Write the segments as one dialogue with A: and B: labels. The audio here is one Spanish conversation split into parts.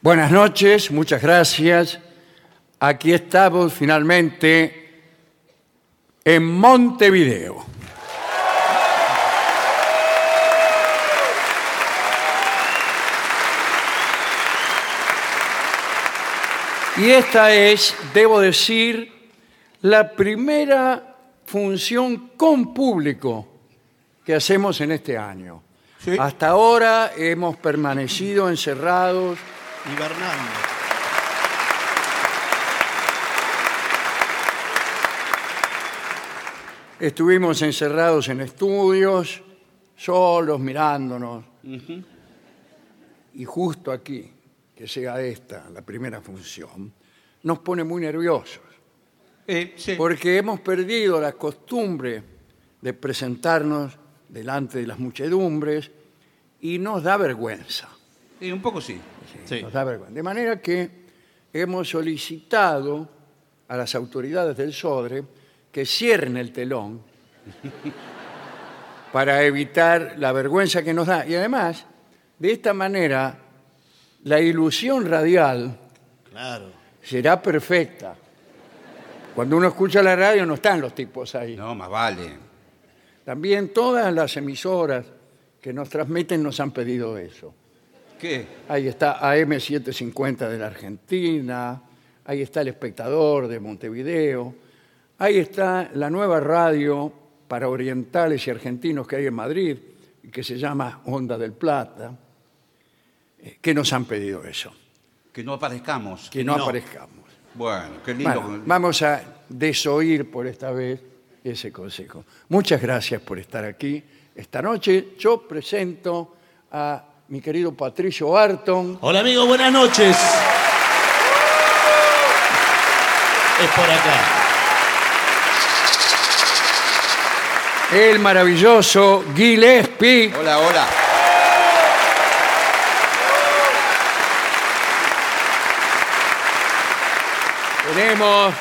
A: Buenas noches, muchas gracias. Aquí estamos finalmente en Montevideo. Y esta es, debo decir, la primera función con público que hacemos en este año.
B: Sí.
A: Hasta ahora hemos permanecido encerrados
B: Hibernando.
A: Estuvimos encerrados en estudios, solos, mirándonos. Y justo aquí, que llega esta, la primera función, nos pone muy nerviosos,
B: Eh, sí.
A: porque hemos perdido la costumbre de presentarnos delante de las muchedumbres y nos da vergüenza.
B: Sí, un poco sí. Sí.
A: nos da vergüenza. De manera que hemos solicitado a las autoridades del Sodre que cierren el telón para evitar la vergüenza que nos da. Y además, de esta manera, la ilusión radial
B: Claro.
A: será perfecta. Cuando uno escucha la radio no están los tipos ahí.
B: No, más vale.
A: También todas las emisoras que nos transmiten nos han pedido eso.
B: ¿Qué?
A: Ahí está AM750 de la Argentina, ahí está El Espectador de Montevideo, ahí está la nueva radio para orientales y argentinos que hay en Madrid, que se llama Onda del Plata, eh, que nos han pedido eso,
B: Que no aparezcamos.
A: que no, aparezcamos.
B: Bueno, qué lindo.
A: Bueno, vamos a desoír por esta vez ese consejo. Muchas gracias por estar aquí. Esta noche yo presento a mi querido Patricio Barton.
C: Hola amigos, buenas noches. Es por acá.
A: el maravilloso Gillespie
B: Hola, hola.
A: Tenemos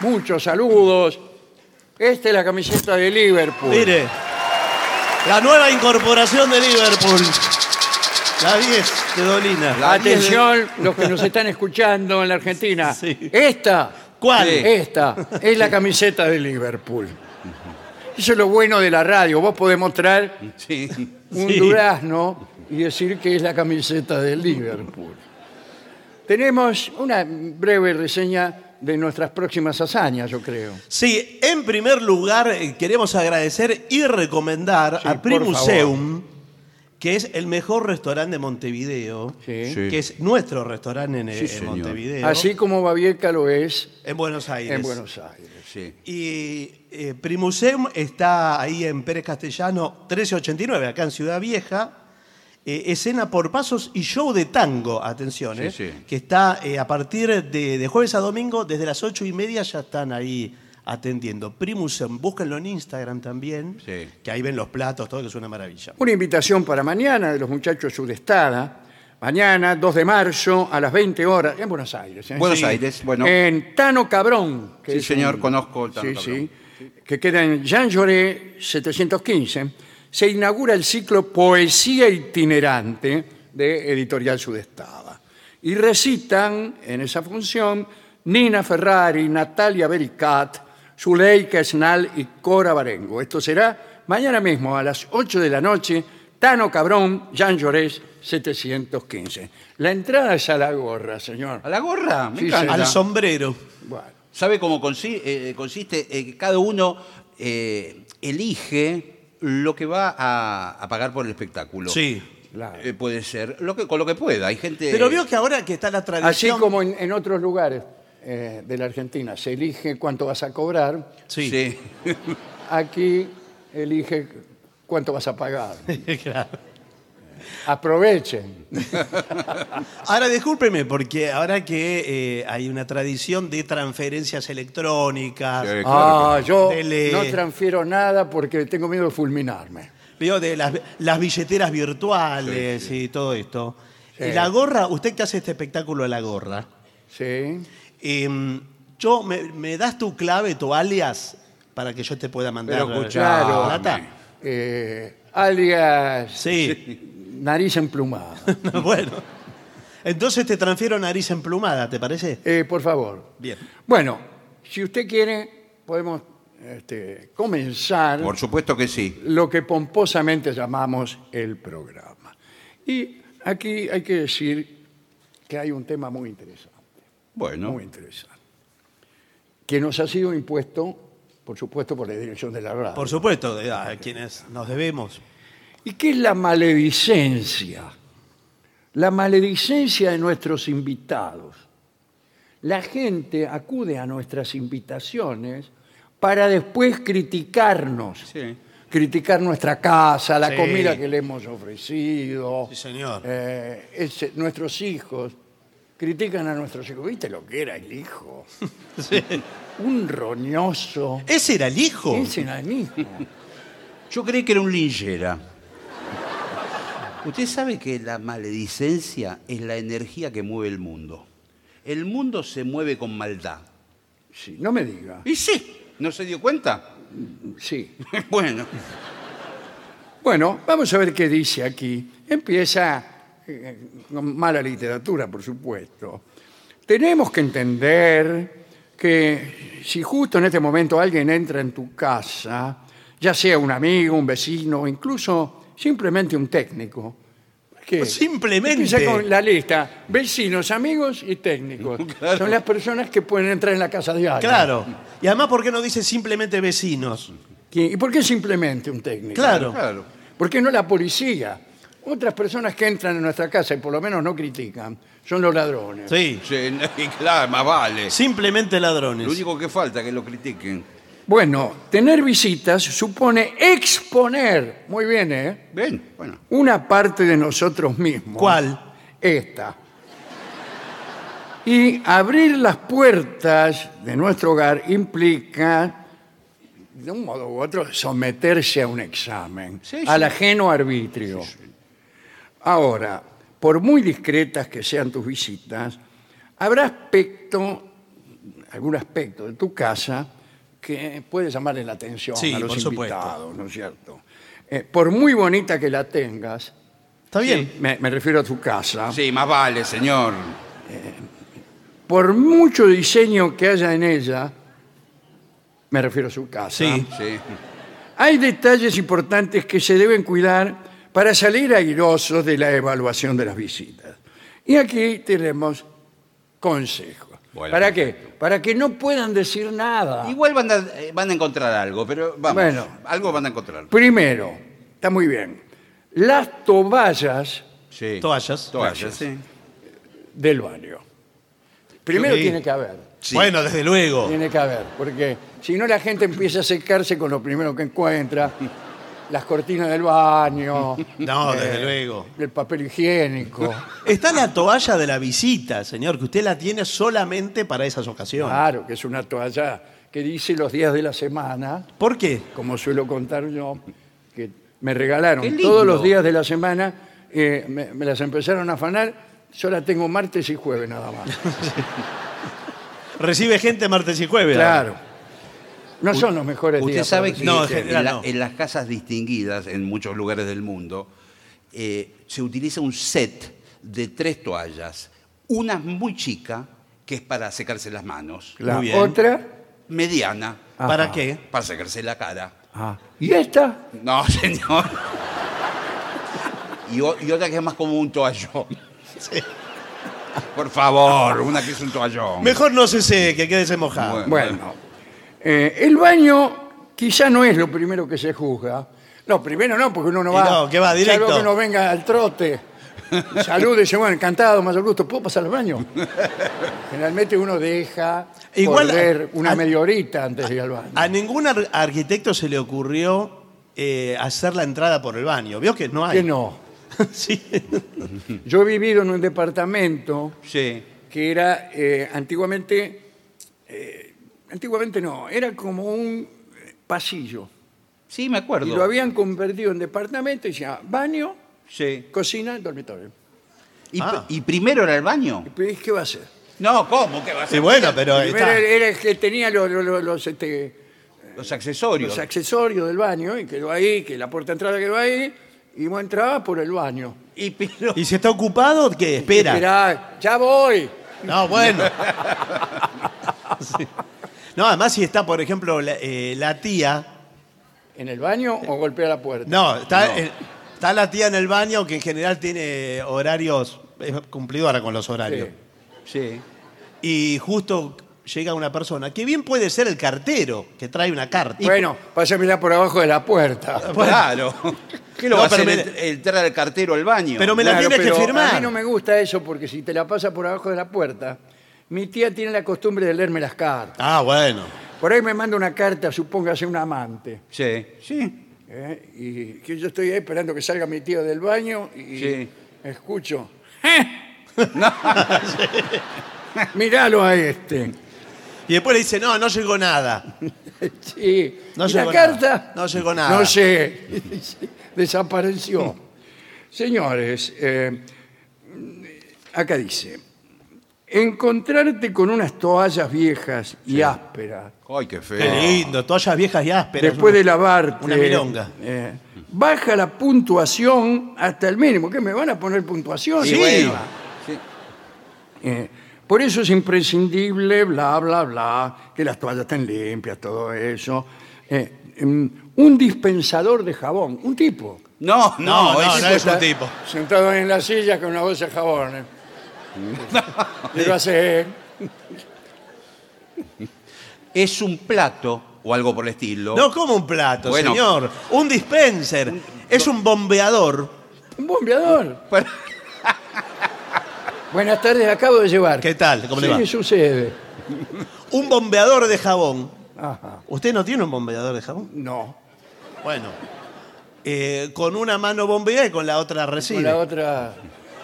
A: muchos saludos. Esta es la camiseta de Liverpool.
C: Mire, la nueva incorporación de Liverpool. La 10 de Dolina.
B: La-
A: Atención, los que nos están escuchando en la Argentina.
C: Sí.
A: Esta,
C: ¿Cuál?
B: Sí.
A: esta, es la camiseta de Liverpool. Eso es lo bueno de la radio. Vos podés mostrar
B: Sí.
A: un
C: Sí.
A: durazno y decir que es la camiseta de Liverpool. Tenemos una breve reseña de nuestras próximas hazañas, yo creo.
C: Sí, en primer lugar eh, queremos agradecer y recomendar
A: Sí, por
C: a Primuseum, que es el mejor restaurante de Montevideo,
A: Sí.
C: que es nuestro restaurante en,
B: Sí,
C: en
B: señor.
C: Montevideo,
A: Así como Babieca lo es
C: en Buenos Aires.
A: Ah, en Buenos Aires.
B: Sí.
C: Y eh, Primuseum está ahí en Pérez Castellano 1389, acá en Ciudad Vieja. Eh, escena por pasos y show de tango, atención,
B: Sí,
C: eh,
B: sí.
C: que está eh, a partir de, de jueves a domingo, desde las ocho y media ya están ahí atendiendo. Primuseum, búsquenlo en Instagram también,
B: Sí.
C: que ahí ven los platos, todo que es una maravilla.
A: Una invitación para mañana de los muchachos Sudestada. Mañana, 2 de marzo, a las 20 horas, en Buenos Aires. ¿eh?
B: Buenos Aires, bueno.
A: En Tano Cabrón.
B: Sí,
A: es
B: señor, conozco el Tano
A: sí,
B: Cabrón.
A: sí, que queda en Jean Lloré 715. Se inaugura el ciclo Poesía Itinerante de Editorial Sudestada. Y recitan en esa función Nina Ferrari, Natalia Bericat, Zuleika Esnal y Cora Barengo. Esto será mañana mismo a las 8 de la noche, Tano Cabrón, Jean Llorés 715. La entrada es a la gorra, señor.
B: A la gorra, me
A: Sí,
B: encanta.
A: señor.
C: Al sombrero.
A: Bueno.
B: ¿Sabe cómo consi- eh, consiste? Eh, que cada uno eh, elige lo que va a, a pagar por el espectáculo.
C: Sí.
A: Claro.
B: eh, puede ser, lo que, con lo que pueda. Hay gente.
C: Pero veo que ahora que está la
A: Así
C: tradición.
A: como en, en otros lugares eh, de la Argentina se elige cuánto vas a cobrar,
C: Sí.
B: Sí.
A: aquí elige cuánto vas a pagar.
C: Claro.
A: Aprovechen.
C: Ahora discúlpeme, porque ahora que eh, hay una tradición de transferencias electrónicas,
B: Sí.
A: Ah, yo
C: Dele.
A: no transfiero nada porque tengo miedo de fulminarme.
C: veo de las, las billeteras virtuales y todo esto.
A: Sí.
C: Y la gorra, usted que hace este espectáculo de la gorra,
A: Sí.
C: em, yo me, me das tu clave, tu alias, para que yo te pueda mandar
B: Pero
C: la-
B: escuchame.
C: la plata.
A: Eh, alias
C: Sí,
A: nariz emplumada.
C: bueno. Entonces te transfiero nariz emplumada, ¿te parece?
A: Eh, por favor.
C: Bien.
A: Bueno, si usted quiere, podemos este, comenzar
B: Por supuesto que sí.
A: lo que pomposamente llamamos el programa. Y aquí hay que decir que hay un tema muy interesante,
B: Bueno.
A: muy interesante, que nos ha sido impuesto, por supuesto, por la dirección de la radio.
C: Por supuesto, de- a quienes nos debemos.
A: ¿Y qué es la maledicencia? La maledicencia de nuestros invitados. La gente acude a nuestras invitaciones para después criticarnos.
B: Sí.
A: Criticar nuestra casa, la
C: Sí.
A: comida que le hemos ofrecido.
C: Sí, señor.
A: Eh, ese- nuestros hijos. Critican a nuestros hijos. ¿Viste lo que era el hijo? Un roñoso.
C: Ese era el hijo.
A: Ese era el hijo.
B: Yo creí que era un linchera. Usted sabe que la maledicencia es la energía que mueve el mundo. El mundo se mueve con maldad.
A: Sí, no me diga.
B: Y sí, ¿no se dio cuenta?
A: Sí.
B: bueno,
A: Bueno, vamos a ver qué dice aquí. Empieza eh, con mala literatura, por supuesto. Tenemos que entender que si justo en este momento alguien entra en tu casa, ya sea un amigo, un vecino, o incluso simplemente un técnico, que
C: Pues Simplemente.
A: empieza con la lista, vecinos, amigos y técnicos.
B: Claro.
A: Son las personas que pueden entrar en la casa de alguien.
C: Claro. Y además, ¿por qué no dice simplemente vecinos?
A: ¿Y y por qué simplemente un técnico?
C: Claro.
B: claro.
A: ¿Por qué no la policía? Otras personas que entran en nuestra casa y por lo menos no critican son los ladrones.
C: Sí.
B: Sí, no, y claro, más vale.
C: Simplemente ladrones.
B: Lo único que falta es que lo critiquen.
A: Bueno, tener visitas supone exponer, muy bien, ¿eh?
B: Ven, bueno.
A: Una parte de nosotros mismos.
C: ¿Cuál?
A: Esta. Y abrir las puertas de nuestro hogar implica, de un modo u otro, someterse a un examen,
B: Sí, sí.
A: al ajeno arbitrio. Ahora, por muy discretas que sean tus visitas, habrá aspecto, algún aspecto de tu casa que puede llamarle la atención
C: Sí,
A: a los
C: por supuesto.
A: invitados, ¿no es cierto? Eh, por muy bonita que la tengas,
C: Está bien.
A: me, me refiero a tu casa.
B: Sí, más vale, señor.
A: Por mucho diseño que haya en ella, me refiero a su casa.
C: Sí.
B: Sí.
A: Hay detalles importantes que se deben cuidar para salir airosos de la evaluación de las visitas. Y aquí tenemos consejos.
B: Bueno,
A: ¿Para
B: perfecto.
A: qué? Para que no puedan decir nada.
B: Igual van a, eh, van a encontrar algo, pero vamos.
A: Bueno.
B: Algo van a encontrar.
A: Primero, está muy bien, las toallas
B: Sí.
C: Toallas.
B: Toallas, sí.
A: del baño. Primero
C: Sí.
A: tiene que haber.
B: Sí.
C: Bueno, desde luego.
A: Tiene que haber, porque si no la gente empieza a secarse con lo primero que encuentra, las cortinas del baño,
C: No, desde luego.
A: el papel higiénico.
C: Está la toalla de la visita, señor, que usted la tiene solamente para esas ocasiones.
A: Claro, que es una toalla que dice los días de la semana,
C: ¿Por qué?
A: como suelo contar yo, que me regalaron
B: Qué
A: todos
B: lindo.
A: los días de la semana, eh, me, me las empezaron a afanar, yo la tengo martes y jueves nada más.
C: Recibe gente martes y jueves.
A: Claro. No son los mejores
B: Usted
A: días.
B: sabe
A: para
B: que
C: No, en
B: en,
C: general
B: la-
C: no.
B: en las casas distinguidas, en muchos lugares del mundo, eh, se utiliza un set de tres toallas. Una muy chica, que es para secarse las manos.
A: La
C: Muy bien.
A: otra.
B: Mediana,
C: ¿Para
A: Ajá.
C: qué?
B: para secarse la cara.
A: ¿Y esta?
B: No, señor. Y, o- y otra que es más como un toallón. Por favor, una que es un toallón.
C: Mejor no se seque, quédese mojado.
B: Bueno.
A: Bueno, eh, el baño quizá no es lo primero que se juzga, No, primero no, porque uno no
C: Y
A: va.
C: no, que va
A: salvo
C: directo.
A: que uno venga al trote. Salude, dice, bueno, encantado, más gusto. ¿Puedo pasar al baño? Generalmente uno deja
C: Igual,
A: correr una
C: a- Ah,
A: media horita antes de ir al baño.
C: A ningún ar- arquitecto se le ocurrió eh, hacer la entrada por el baño. Vio que no hay.
A: que no.
C: Sí. Hmm.
A: Yo he vivido en un departamento
B: Sí.
A: que era eh, antiguamente, eh, antiguamente no, era como un eh, pasillo.
B: Sí, me acuerdo.
A: Y lo habían convertido en departamento y decía baño,
B: Sí.
A: cocina, dormitorio.
B: ¿Y,
C: Ah.
B: y primero era el baño?
A: Y pues, ¿Qué va a hacer?
B: No, ¿cómo? ¿Qué va a
C: Sí,
B: ser?
C: bueno, pero
A: Primero
C: está.
A: era el que tenía los, los- los- los, este,
B: Los accesorios.
A: los accesorios del baño y quedó ahí, que la puerta de entrada quedó ahí y vos entrabas por el baño.
B: y, pero-
C: ¿Y si está ocupado? ¿Qué? Espera.
A: Esperá, ya voy.
C: No, bueno. Sí. No, además si está, por ejemplo, la, eh, la tía.
A: ¿En el baño o golpea la puerta?
C: No, está,
B: No.
C: eh, está la tía en el baño que en general tiene horarios, es cumplidora con los horarios.
A: Sí.
B: Sí.
C: Y justo llega una persona, que bien puede ser el cartero que trae una carta.
A: Bueno, pásamela por abajo de la
C: Ah,
A: puerta.
B: Claro. ¿Qué lo
C: No,
B: va a
C: pero
B: hacer
C: me-
B: ent- entrar al cartero al baño?
C: Pero me la
A: Claro,
C: tienes que
A: pero
C: firmar.
A: A mí no me gusta eso porque si te la pasa por abajo de la puerta, mi tía tiene la costumbre de leerme las cartas.
C: Ah, bueno.
A: Por ahí me manda una carta, supóngase un amante.
B: Sí. Sí.
A: ¿eh? Y que yo estoy ahí esperando que salga mi tío del baño y
B: Sí.
A: escucho. "Eh". Míralo a este.
C: Y después le dice, no, no llegó nada.
A: Sí.
C: No
A: ¿Y la
C: llegó
A: carta?
C: nada. No llegó nada.
A: No sé. Desapareció. Señores, eh, acá dice: encontrarte con unas toallas viejas y ásperas
B: Ay, qué feo.
C: Qué lindo, toallas viejas y ásperas.
A: después
C: una-
A: de lavarte.
C: Una milonga.
A: eh, baja la puntuación hasta el mínimo. ¿Qué me van a poner puntuación?
B: Y
C: Sí.
B: bueno, sí.
A: Eh, por eso es imprescindible, bla, bla, bla, que las toallas estén limpias, todo eso. Eh, em, un dispensador de jabón, un tipo.
B: No, no,
C: No, no,
B: es-
C: no es un tipo.
A: Sentado en la silla con una bolsa de jabón. eh. Y lo hace,
B: es un plato o algo por el estilo.
C: No como un plato,
B: Bueno.
C: señor. Un dispenser. Es un bombeador.
A: un bombeador.
B: Para-
A: Buenas tardes, acabo de llevar.
C: ¿Qué tal? ¿Cómo le va?
A: Sí, sucede.
C: Un bombeador de jabón.
A: Ajá.
C: ¿Usted no tiene un bombeador de jabón?
A: No.
C: Bueno. Eh, con una mano bombea y con la otra
A: Con
C: recibe.
A: la otra.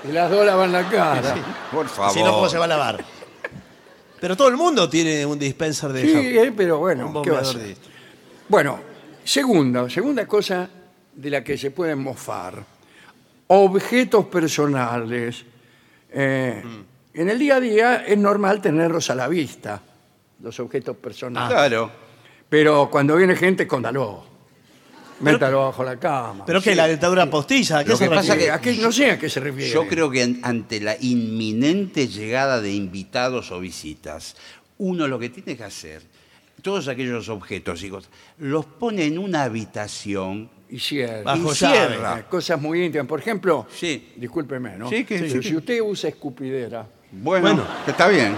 A: Y las dos lavan la cara.
B: Por favor.
C: Si no, ¿cómo se va a lavar? Pero todo el mundo tiene un dispenser de
A: Sí,
C: jabón.
A: eh, pero
C: un
A: bueno, ¿qué va a
C: bombeador
A: hacer?
C: de esto.
A: Bueno, segunda, segunda cosa de la que se pueden mofar. Objetos personales. Eh, En el día a día es normal tenerlos a la vista, los objetos personales.
B: Claro.
A: Pero cuando viene gente, escóndalo. Métalo bajo la cama.
C: Pero que la dentadura postilla, ¿a qué
B: Lo
C: se
B: que pasa
A: Eh,
C: refiere?
B: que-
A: ¿a qué- no sé a qué se refiere.
B: Yo creo que an- ante la inminente llegada de invitados o visitas, uno lo que tiene que hacer, todos aquellos objetos y cosas, los pone en una habitación.
A: Y cierra.
B: Ah,
C: Bajo
A: Y cierra.
B: llave.
A: Cosas muy íntimas. Por ejemplo,
B: Sí.
A: discúlpeme, ¿no?
B: Sí, que-
A: Si-
B: sí.
A: Si usted usa escupidera,
B: Bueno,
C: Bueno.
B: que está bien.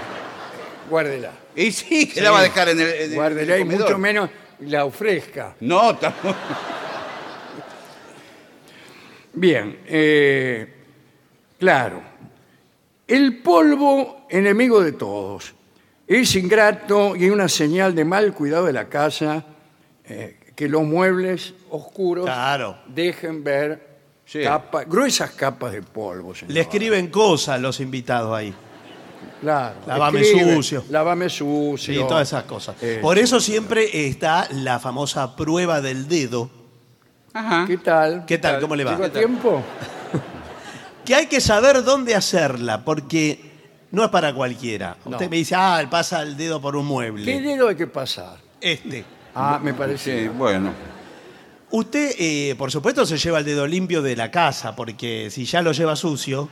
A: guárdela.
B: Y sí, que la va a dejar en el. en el
A: Guárdela y
B: Eh, comedor.
A: mucho menos la ofrezca.
B: No, tampoco.
A: Bien, eh, claro. El polvo, enemigo de todos, es ingrato y una señal de mal cuidado de la casa eh, que los muebles oscuros
C: Claro.
A: dejen ver
B: Sí.
A: capa- gruesas capas de polvo. señor.
C: Le escriben cosas los invitados ahí.
A: Claro,
C: Lavame
A: escriben,
C: sucio.
A: Lavame sucio.
C: Sí, todas esas cosas.
A: Eh,
C: Por eso siempre está la famosa prueba del dedo,
B: Ajá.
A: ¿Qué tal?
C: ¿Qué tal? ¿Cómo le va?
A: ¿Llegó a tiempo?
C: que hay que saber dónde hacerla, porque no es para cualquiera.
A: No.
C: Usted me dice, ah, pasa el dedo por un
A: ¿Qué
C: mueble.
A: dedo hay que pasar?
C: Este.
A: Ah, me
B: Sí,
A: parece.
B: bueno.
C: Usted, eh, por supuesto, se lleva el dedo limpio de la casa, porque si ya lo lleva sucio,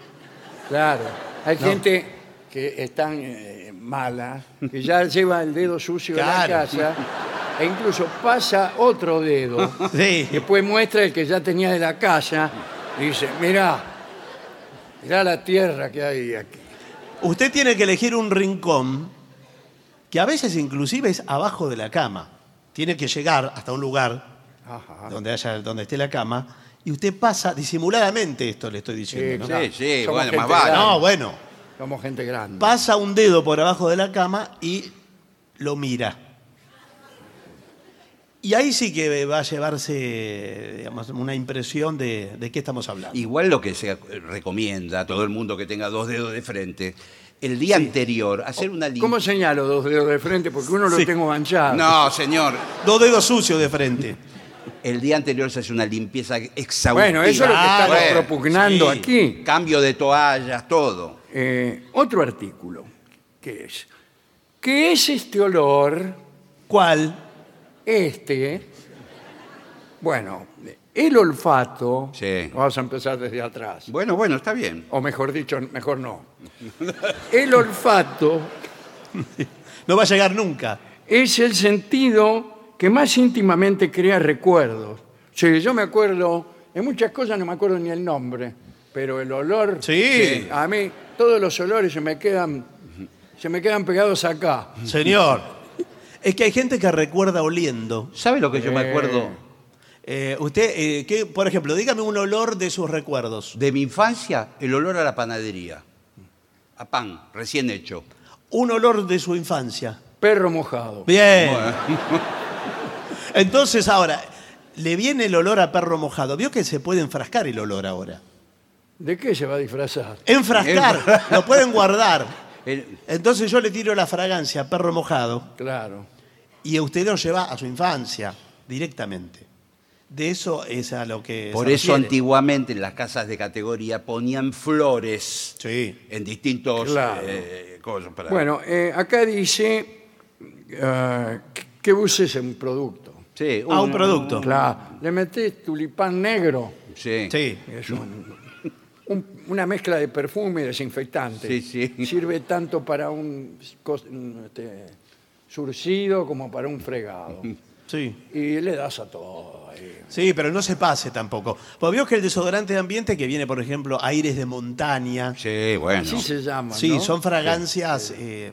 A: Claro. Hay gente que es tan eh, mala que ya lleva el dedo sucio de
C: Claro.
A: la casa e incluso pasa otro dedo.
C: Sí.
A: Después muestra el que ya tenía de la casa y dice, mirá, mirá la tierra que hay aquí.
C: usted tiene que elegir un rincón que a veces inclusive es abajo de la cama. Tiene que llegar hasta un lugar
A: Ajá.
C: donde, haya, donde esté la cama, y usted pasa disimuladamente, esto le estoy diciendo.
A: Sí,
C: ¿no?
A: Eh, claro.
B: Sí, sí,
A: Somos
B: bueno, más
A: gente
B: vale.
A: grande.
C: No, bueno,
A: Somos gente grande.
C: pasa un dedo por abajo de la cama y lo mira. Y ahí sí que va a llevarse, digamos, una impresión de, de qué estamos hablando.
B: Igual lo que se recomienda a todo el mundo que tenga dos dedos de frente, el día anterior, hacer una lim-
A: ¿Cómo señalo dos dedos de frente? Porque uno
C: Sí.
A: lo tengo manchado.
B: No, señor.
C: Dos dedos sucios de frente.
B: El día anterior se hace una limpieza exhaustiva.
A: Bueno, eso es lo que
C: Ah,
A: estamos
B: Bueno,
A: propugnando
C: sí.
A: aquí.
B: Cambio de toallas, todo.
A: Eh, otro artículo, que es, ¿qué es este olor?
C: ¿Cuál?
A: Este, bueno, el olfato,
B: Sí.
A: vamos a empezar desde atrás,
B: Bueno, bueno, está bien.
A: o mejor dicho, mejor no. El olfato
C: No va a llegar nunca.
A: es el sentido que más íntimamente crea recuerdos. Sí, yo me acuerdo, en muchas cosas no me acuerdo ni el nombre, pero el olor,
C: Sí.
A: a mí todos los olores se me quedan, se me quedan pegados acá.
C: Señor. Es que hay gente que recuerda oliendo.
B: ¿Sabe lo que yo me
A: Eh.
B: acuerdo
C: Eh, usted, eh, ¿qué- por ejemplo, dígame un olor de sus recuerdos.
B: de mi infancia? El olor a la panadería. A pan, recién hecho.
C: Un olor de su infancia.
A: Perro mojado.
C: Bien.
B: Bueno,
C: Entonces ahora, le viene el olor a perro mojado. Vio que se puede enfrascar el olor ahora.
A: ¿De qué se va a disfrazar?
C: Enfrascar, lo pueden guardar.
B: el-
C: Entonces yo le tiro la fragancia a perro mojado
A: Claro.
C: y usted lo lleva a su infancia directamente. De eso es a lo que. se
B: por eso
C: refiere.
B: antiguamente en las casas de categoría ponían flores
C: Sí.
B: en distintos
A: Claro.
B: eh, cosas para-
A: Bueno, eh, acá dice ah, que- que uses un producto.
B: Sí,
C: Ah, un producto.
A: Claro. Le metes tulipán negro,
B: Sí.
C: Sí.
A: que es un- un- una mezcla de perfume y desinfectante.
B: Sí, sí.
A: Sirve tanto para un, cos- un, este, surcido como para un fregado.
C: Sí.
A: Y le das a todo. ahí.
C: Sí, pero no se pase tampoco. Pues vio que el desodorante de ambiente que viene, por ejemplo, aires de montaña.
B: Sí, bueno.
A: Así se llama.
C: Sí,
A: ¿no?
C: son fragancias eh,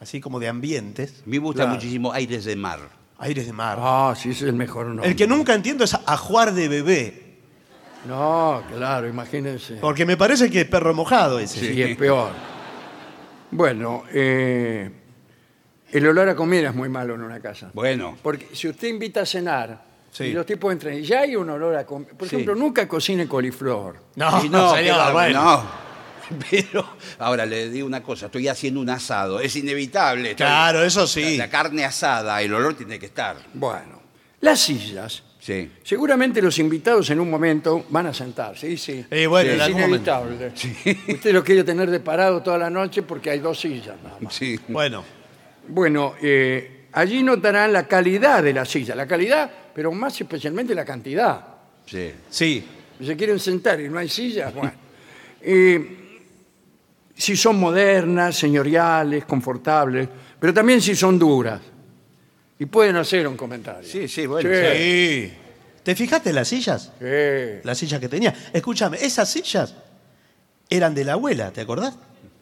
C: así como de ambientes.
B: Me gusta
A: Claro.
B: muchísimo aires de mar.
C: Aires de mar.
A: Ah, sí, ese es el mejor nombre.
C: El que nunca entiendo es ajuar de bebé,
A: No, claro, imagínense.
C: porque me parece que es perro mojado ese.
A: Sí, es peor. Bueno, eh, el olor a comida es muy malo en una casa.
B: Bueno.
A: Porque si usted invita a cenar
C: Sí.
A: y los tipos entran y ya hay un olor a comida. Por
B: Sí.
A: ejemplo, nunca cocine coliflor.
C: No,
B: Y no,
C: señor,
B: qué
C: bueno.
B: barba- no. Pero ahora le digo una cosa, estoy haciendo un asado, es inevitable. estoy-
C: Claro, eso sí.
B: La, la carne asada, el olor tiene que estar.
A: Bueno, las sillas.
B: Sí.
A: Seguramente los invitados en un momento van a sentarse. Y sí,
C: Eh, bueno,
A: es
C: en algún momento.
A: inevitable. Usted lo quiere tener de parado toda la noche porque hay dos sillas nada más.
B: Sí.
C: Bueno,
A: Bueno, eh, allí notarán la calidad de la silla, la calidad, pero más especialmente la cantidad.
B: Sí.
C: sí.
A: Si se quieren sentar y no hay sillas, bueno. Eh, si son modernas, señoriales, confortables, pero también si son duras. Y pueden hacer un comentario.
B: Sí, sí, bueno,
A: Sí,
C: Sí. ¿Te fijaste en las sillas?
A: sí.
C: Las sillas que tenía. Escúchame, esas sillas eran de la abuela, ¿te acordás?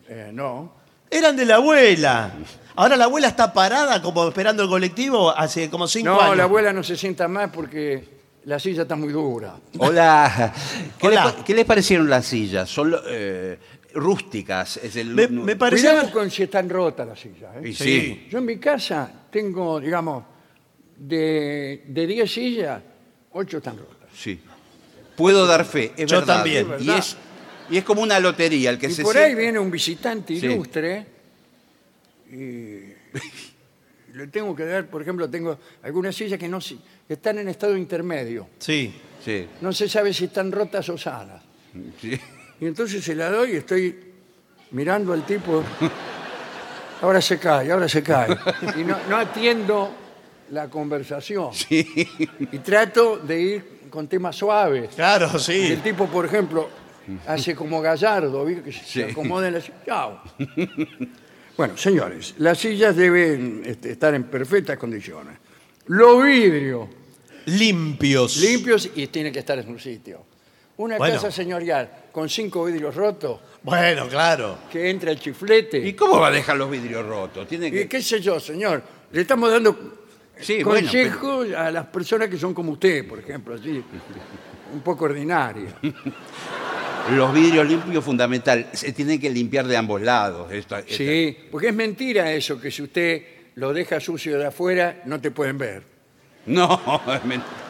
A: Eh, no.
C: Eran de la abuela. Ahora la abuela está parada como esperando el colectivo hace como cinco
A: No,
C: años.
A: la abuela no se sienta más porque la silla está muy dura.
B: Hola. ¿Qué,
C: Hola.
B: Les, pa- qué les parecieron las sillas? Son eh, rústicas. Es el,
C: Me, me parecía.
A: Cuidado con si están rotas las sillas. ¿eh?
B: Y sí.
C: Sí.
A: Yo en mi casa tengo, digamos, de de 10 sillas, 8 están rotas.
B: sí. Puedo dar fe, es
C: Yo
B: verdad.
C: también.
B: Y es, y es como una lotería el que
A: Y
B: se
A: por ahí
B: sienta-
A: viene un visitante
B: Sí.
A: ilustre y le tengo que dar, por ejemplo, tengo algunas sillas que no se- que están en estado intermedio.
C: Sí.
B: Sí.
A: No se sabe si están rotas o sanas.
B: sí.
A: Y entonces se la doy y estoy mirando al tipo. Ahora se cae, ahora se cae. Y no, no atiendo la conversación. Y trato de ir con temas suaves.
C: Claro,
A: Y
C: sí.
A: el tipo, por ejemplo, hace como Gallardo, ¿viste? que se- se
B: Sí.
A: acomoda en la silla. Chao. Bueno, señores, las sillas deben este, estar en perfectas condiciones. Los vidrios
C: Limpios.
A: limpios y tienen que estar en un sitio. Una
C: Bueno.
A: casa señorial con cinco vidrios rotos,
C: Bueno, claro.
A: que entra el chiflete.
B: ¿Y cómo va a dejar los vidrios rotos? Tiene
A: Y
B: que...
A: qué sé yo, señor, le estamos dando
B: Sí, bueno, pero-
A: consejos a las personas que son como usted, por ejemplo, así, un poco ordinaria.
B: Los vidrios limpios, fundamental. Se tienen que limpiar de ambos lados. Esto, esto-
A: Sí, porque es mentira eso, que si usted lo deja sucio de afuera, no te pueden ver.
B: No, es mentira.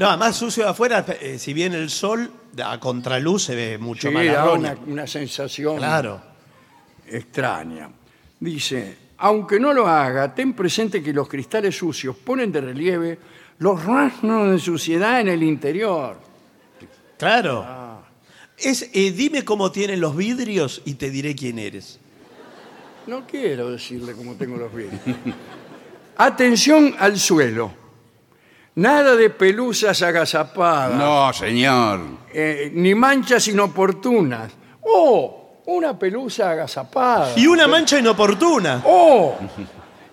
C: No, además sucio de afuera, eh, si bien el sol a contraluz se ve mucho
A: Sí,
C: más
A: da
C: marrón.
A: una, una sensación
C: Claro.
A: extraña. Dice, aunque no lo haga, ten presente que los cristales sucios ponen de relieve los rasgos de suciedad en el interior.
C: Claro.
A: Ah.
C: Es, eh, dime cómo tienen los vidrios y te diré quién eres.
A: No quiero decirle cómo tengo los pies. Atención al suelo. Nada de pelusas agazapadas,
B: No, señor.
A: eh, ni manchas inoportunas. ¡Oh! Una pelusa agazapada.
C: Y una mancha inoportuna.
A: ¡Oh!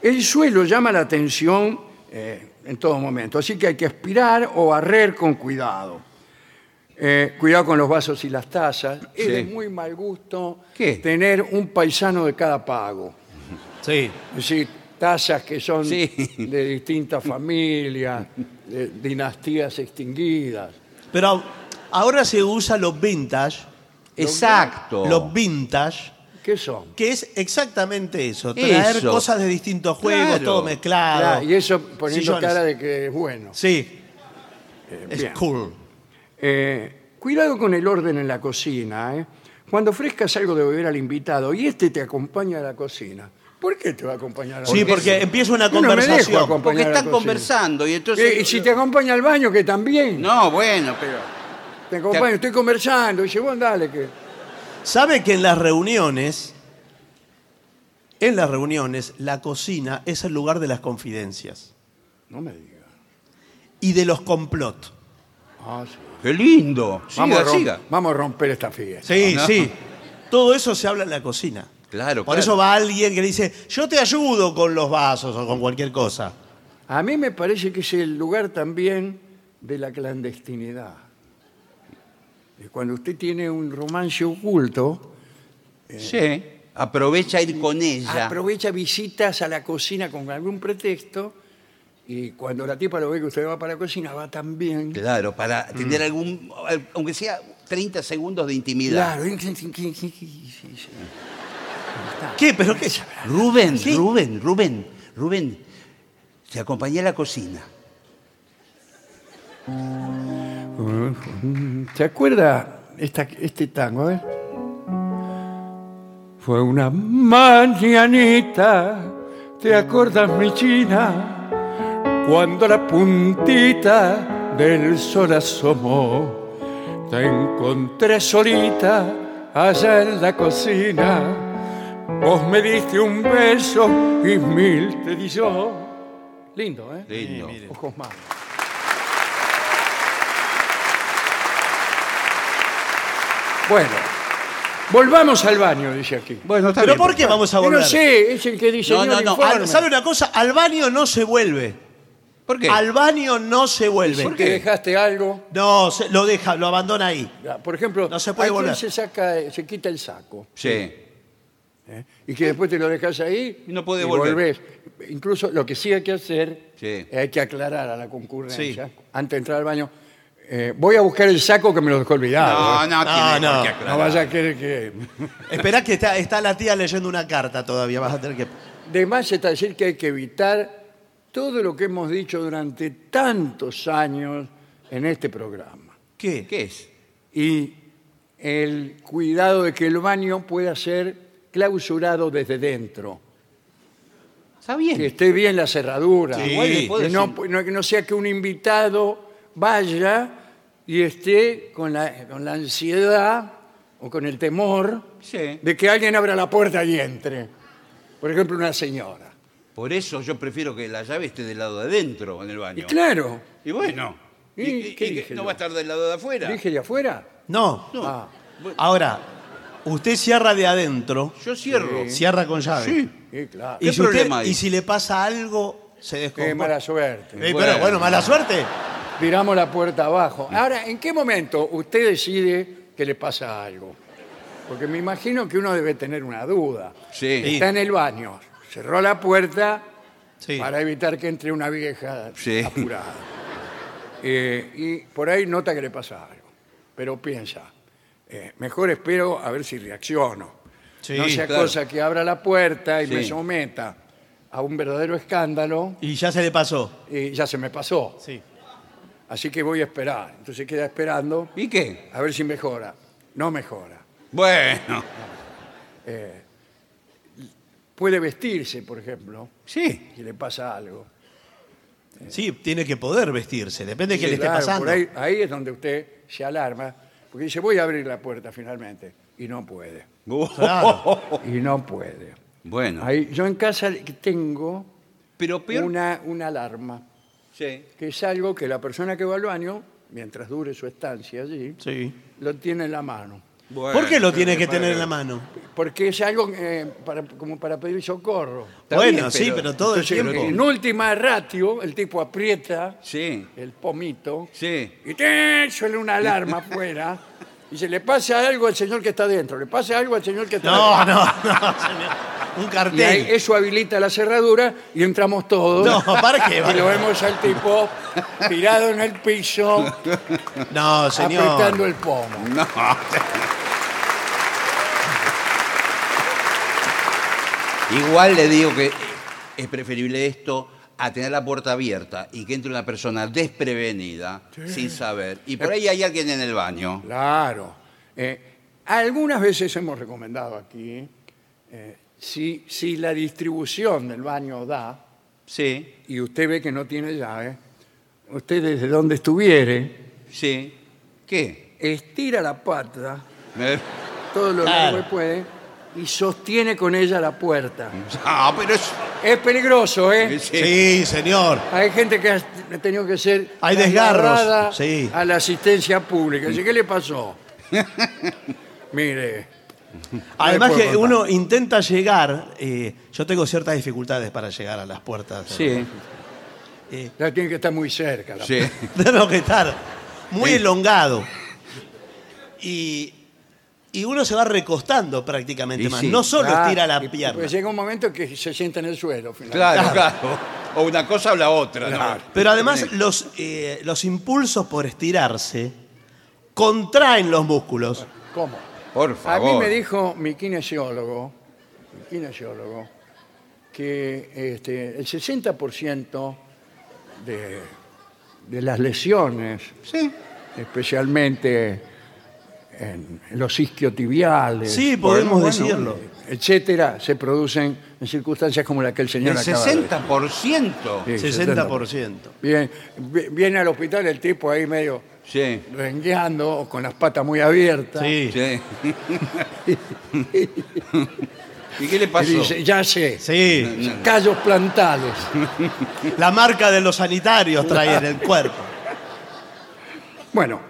A: El suelo llama la atención eh, en todo momento, así que hay que aspirar o barrer con cuidado. Eh, cuidado con los vasos y las tazas. Es
B: Sí.
A: de muy mal gusto
B: ¿Qué?
A: tener un paisano de cada pago.
C: Sí.
A: Es decir, tazas que son
B: Sí.
A: de distintas familias, de dinastías extinguidas.
C: Pero ahora se usa los vintage.
B: Exacto.
C: Los vintage.
A: ¿Qué son?
C: Que es exactamente eso, traer
B: Eso.
C: cosas de distintos juegos,
B: Claro.
C: todo mezclado.
A: Ah, y eso poniendo
C: Sillones.
A: cara de que es bueno.
C: Sí, es
A: Bien.
C: cool.
A: Eh, cuidado con el orden en la cocina. ¿eh? Cuando ofrezcas algo de beber al invitado y este te acompaña a la cocina, ¿por qué te va a acompañar a la
C: Sí,
A: cocina?
C: porque empieza una
A: Yo no me dejo
C: conversación.
A: acompañar
B: Porque
A: a la
B: están
A: cocina.
B: conversando y
A: Eh,
B: entonces.
A: y si te acompaña al baño, que también.
B: No, bueno, pero.
A: te acompaña, estoy conversando. Y dice, bueno, dale, que.
C: ¿Sabe que en las reuniones, en las reuniones, la cocina es el lugar de las confidencias
A: No me digas.
C: y de los complot?
A: Ah, sí.
B: Qué lindo. Siga,
A: vamos, a rom-
B: siga.
A: vamos a romper esta fiesta.
C: Sí,
B: No.
C: sí. Todo eso se habla en la cocina.
B: Claro,
C: Por
B: claro.
C: eso va alguien que dice, yo te ayudo con los vasos o con cualquier cosa.
A: A mí me parece que es el lugar también de la clandestinidad. Y Cuando usted tiene un romance oculto, Eh.
B: Sí. Aprovecha ir con ella.
A: aprovecha visitas a la cocina con algún pretexto y cuando la tipa lo ve que usted va para la cocina, va también.
B: Claro, para
A: Mm.
B: tener algún. Aunque sea 30 segundos de intimidad.
A: Claro. Está.
C: ¿Qué? ¿Pero qué?
B: Rubén,
C: Sí.
B: Rubén, Rubén, Rubén. Te acompañé a la cocina.
A: ¿Se acuerda esta- este tango? A ver. Fue una mañanita, ¿te acuerdas mi china? Cuando la puntita del sol asomó, te encontré solita allá en la cocina. Vos me diste un beso y mil te di yo. Lindo, ¿eh?
B: Lindo.
A: Ojos más. Bueno, volvamos al baño, dice aquí.
B: Bueno, está
C: ¿Pero
B: bien.
C: por qué vamos a
A: Yo
C: volver?
A: no sé, es el que diseñó
B: No, no,
A: el
B: no,
A: informe.
C: Al- ¿Sabe una cosa? Al baño no se vuelve.
B: ¿Por qué?
C: Al baño no se vuelve.
A: ¿Por qué dejaste algo?
C: No, se- lo deja, lo abandona ahí.
A: Ya, Por ejemplo,
C: No se puede
A: ¿a quién
C: volver.
A: se saca, eh, se quita el saco
B: Sí.
A: y que después te lo dejas ahí
B: Y no puede
A: y
B: volver.
A: volvés. Incluso lo que sí hay que hacer,
B: Sí.
A: hay que aclarar a la concurrencia
C: Sí.
A: antes de entrar al baño. eh, voy a buscar el saco que me lo dejó olvidado. ¿eh?
B: No, no, tiene
C: no.
B: por qué
A: no
B: aclarar.
A: vaya a querer que
C: Esperá que está, está la tía leyendo una carta todavía. Vas a tener que.
A: De más está decir que hay que evitar todo lo que hemos dicho durante tantos años en este programa.
C: ¿Qué?
B: ¿Qué es?
A: Y el cuidado de que el baño pueda ser clausurado desde dentro.
B: Está bien.
A: Que esté bien la cerradura.
C: Sí.
B: Igual le puedo
A: Que no,
B: decir-
A: no- que no sea que un invitado vaya y esté con la, con la ansiedad o con el temor
B: Sí.
A: de que alguien abra la puerta y entre. Por ejemplo, una señora.
B: Por eso yo prefiero que la llave esté del lado de adentro en el
A: Y
B: baño.
A: claro,
B: Y bueno.
A: ¿Y
B: ¿Y, y-
A: qué
B: y-
A: dije
B: no
A: yo?
B: va a estar del lado de afuera?
A: dije de afuera.
C: No.
B: No.
A: Ah.
C: Ahora, usted cierra de adentro,
B: Yo cierro.
C: cierra con llave.
A: Sí, claro.
C: Y,
B: ¿Qué
C: si usted-
B: problema hay?
C: y si le pasa algo, se
A: Qué
C: descompone.
A: Eh, mala suerte.
C: Eh, pero bueno,
B: Bueno.
C: mala suerte.
A: Tiramos la puerta abajo. Ahora, ¿en qué momento usted decide que le pasa algo? Porque me imagino que uno debe tener una duda.
B: Sí.
A: Está en el baño, cerró la puerta
C: Sí.
A: para evitar que entre una vieja
B: Sí.
A: apurada. Eh, y por ahí nota que le pasa algo, pero piensa, eh, mejor espero a ver si reacciono.
C: Sí,
A: no sea
B: claro.
A: cosa que abra la puerta y
B: Sí.
A: me someta a un verdadero escándalo
C: Y ya se le pasó.
A: y ya se me pasó.
C: Sí.
A: Así que voy a esperar. Entonces queda esperando
B: ¿Y qué?
A: a ver si mejora. No mejora.
B: Bueno,
A: Puede vestirse, por ejemplo,
B: sí.
A: si le pasa algo.
C: Sí, tiene que poder vestirse, depende de qué
A: Sí,
C: le esté
A: claro,
C: pasando.
A: por ahí, ahí es donde usted se alarma, porque dice, voy a abrir la puerta finalmente, y no puede.
C: Claro.
A: Y no puede.
B: Bueno,
A: Ahí, yo en casa tengo
B: pero peor.
A: una, una alarma,
B: Sí.
A: que es algo que la persona que va al baño, mientras dure su estancia allí,
C: Sí.
A: lo tiene en la mano.
B: Bueno,
C: ¿Por qué lo
B: pero
C: tiene
B: me
C: que tener
B: parece-
C: en la mano?
A: Porque es algo eh, para- como para pedir socorro.
B: Está bien,
C: Bueno, sí,
B: pero-
C: pero todo el
A: Entonces, en
C: tiempo.
A: última ratio, el tipo aprieta
B: Sí,
A: el pomito
B: sí.
A: y ¡tin! suena una alarma afuera y se le pasa algo al señor que está dentro, le pasa algo al señor que está
C: No,
A: dentro.
C: no, no, señor. Un
A: Y ahí
C: cartel.
A: eso habilita la cerradura y entramos todos.
C: No, ¿para qué?
A: Y lo vemos al tipo tirado en el piso,
C: No, señor.
A: apretando el pomo.
B: No. Igual le digo que es preferible esto a tener la puerta abierta y que entre una persona desprevenida, sin saber. Y por ahí hay alguien en el baño.
A: Claro. Eh, algunas veces hemos recomendado aquí, eh, si, si la distribución del baño da,
B: Sí,
A: y usted ve que no tiene llave, usted desde donde estuviere,
B: sí. ¿Qué?
A: estira la pata
B: Me-
A: todo lo largo
C: Claro.
A: que puede y sostiene con ella la puerta.
B: Ah, pero es...
A: Es peligroso, ¿eh?
B: Sí.
C: Sí, señor.
A: Hay gente que ha tenido que ser
C: Hay desgarros,
A: trasladada
C: sí. Mm.
A: a la asistencia pública. Dice, ¿Qué le pasó? Mire,
C: Además
A: puedo
C: que
A: contar.
C: uno intenta llegar, eh, yo tengo ciertas dificultades para llegar a las puertas.
B: Sí.
C: Eh,
A: ya tiene que estar muy cerca. la
B: Sí.
C: tengo que estar muy
B: Sí.
C: elongado. Y, y uno se va recostando prácticamente
B: Y
C: más.
B: sí,
C: No solo
A: Ah,
C: estira la
A: y-
C: pierna.
A: Pues llega un momento que se sienta en el suelo. finalmente.
B: Claro, claro. O una cosa o la otra. ¿no?
A: Claro.
C: Pero además los, eh, los impulsos por estirarse contraen los músculos.
A: ¿Cómo?
B: Por favor.
A: A mí me dijo mi kinesiólogo, mi kinesiólogo, que este, el 60% de, de las lesiones,
B: Sí.
A: especialmente en los isquiotibiales,
C: Sí, podemos
B: bueno,
C: decirlo.
A: etcétera, se producen en circunstancias como la que el señor
B: El
A: acaba de decir.
B: 60%.
A: Sí,
C: 60%.
A: Bien, vi- viene al hospital el tipo ahí medio
B: Sí.
A: rengueando o con las patas muy abiertas.
C: Sí,
B: Sí. ¿Y qué le
A: Y
B: pasó?
A: dice, ya sé,
C: sí.
A: callos plantales.
C: La marca de los sanitarios trae en el cuerpo.
A: Bueno,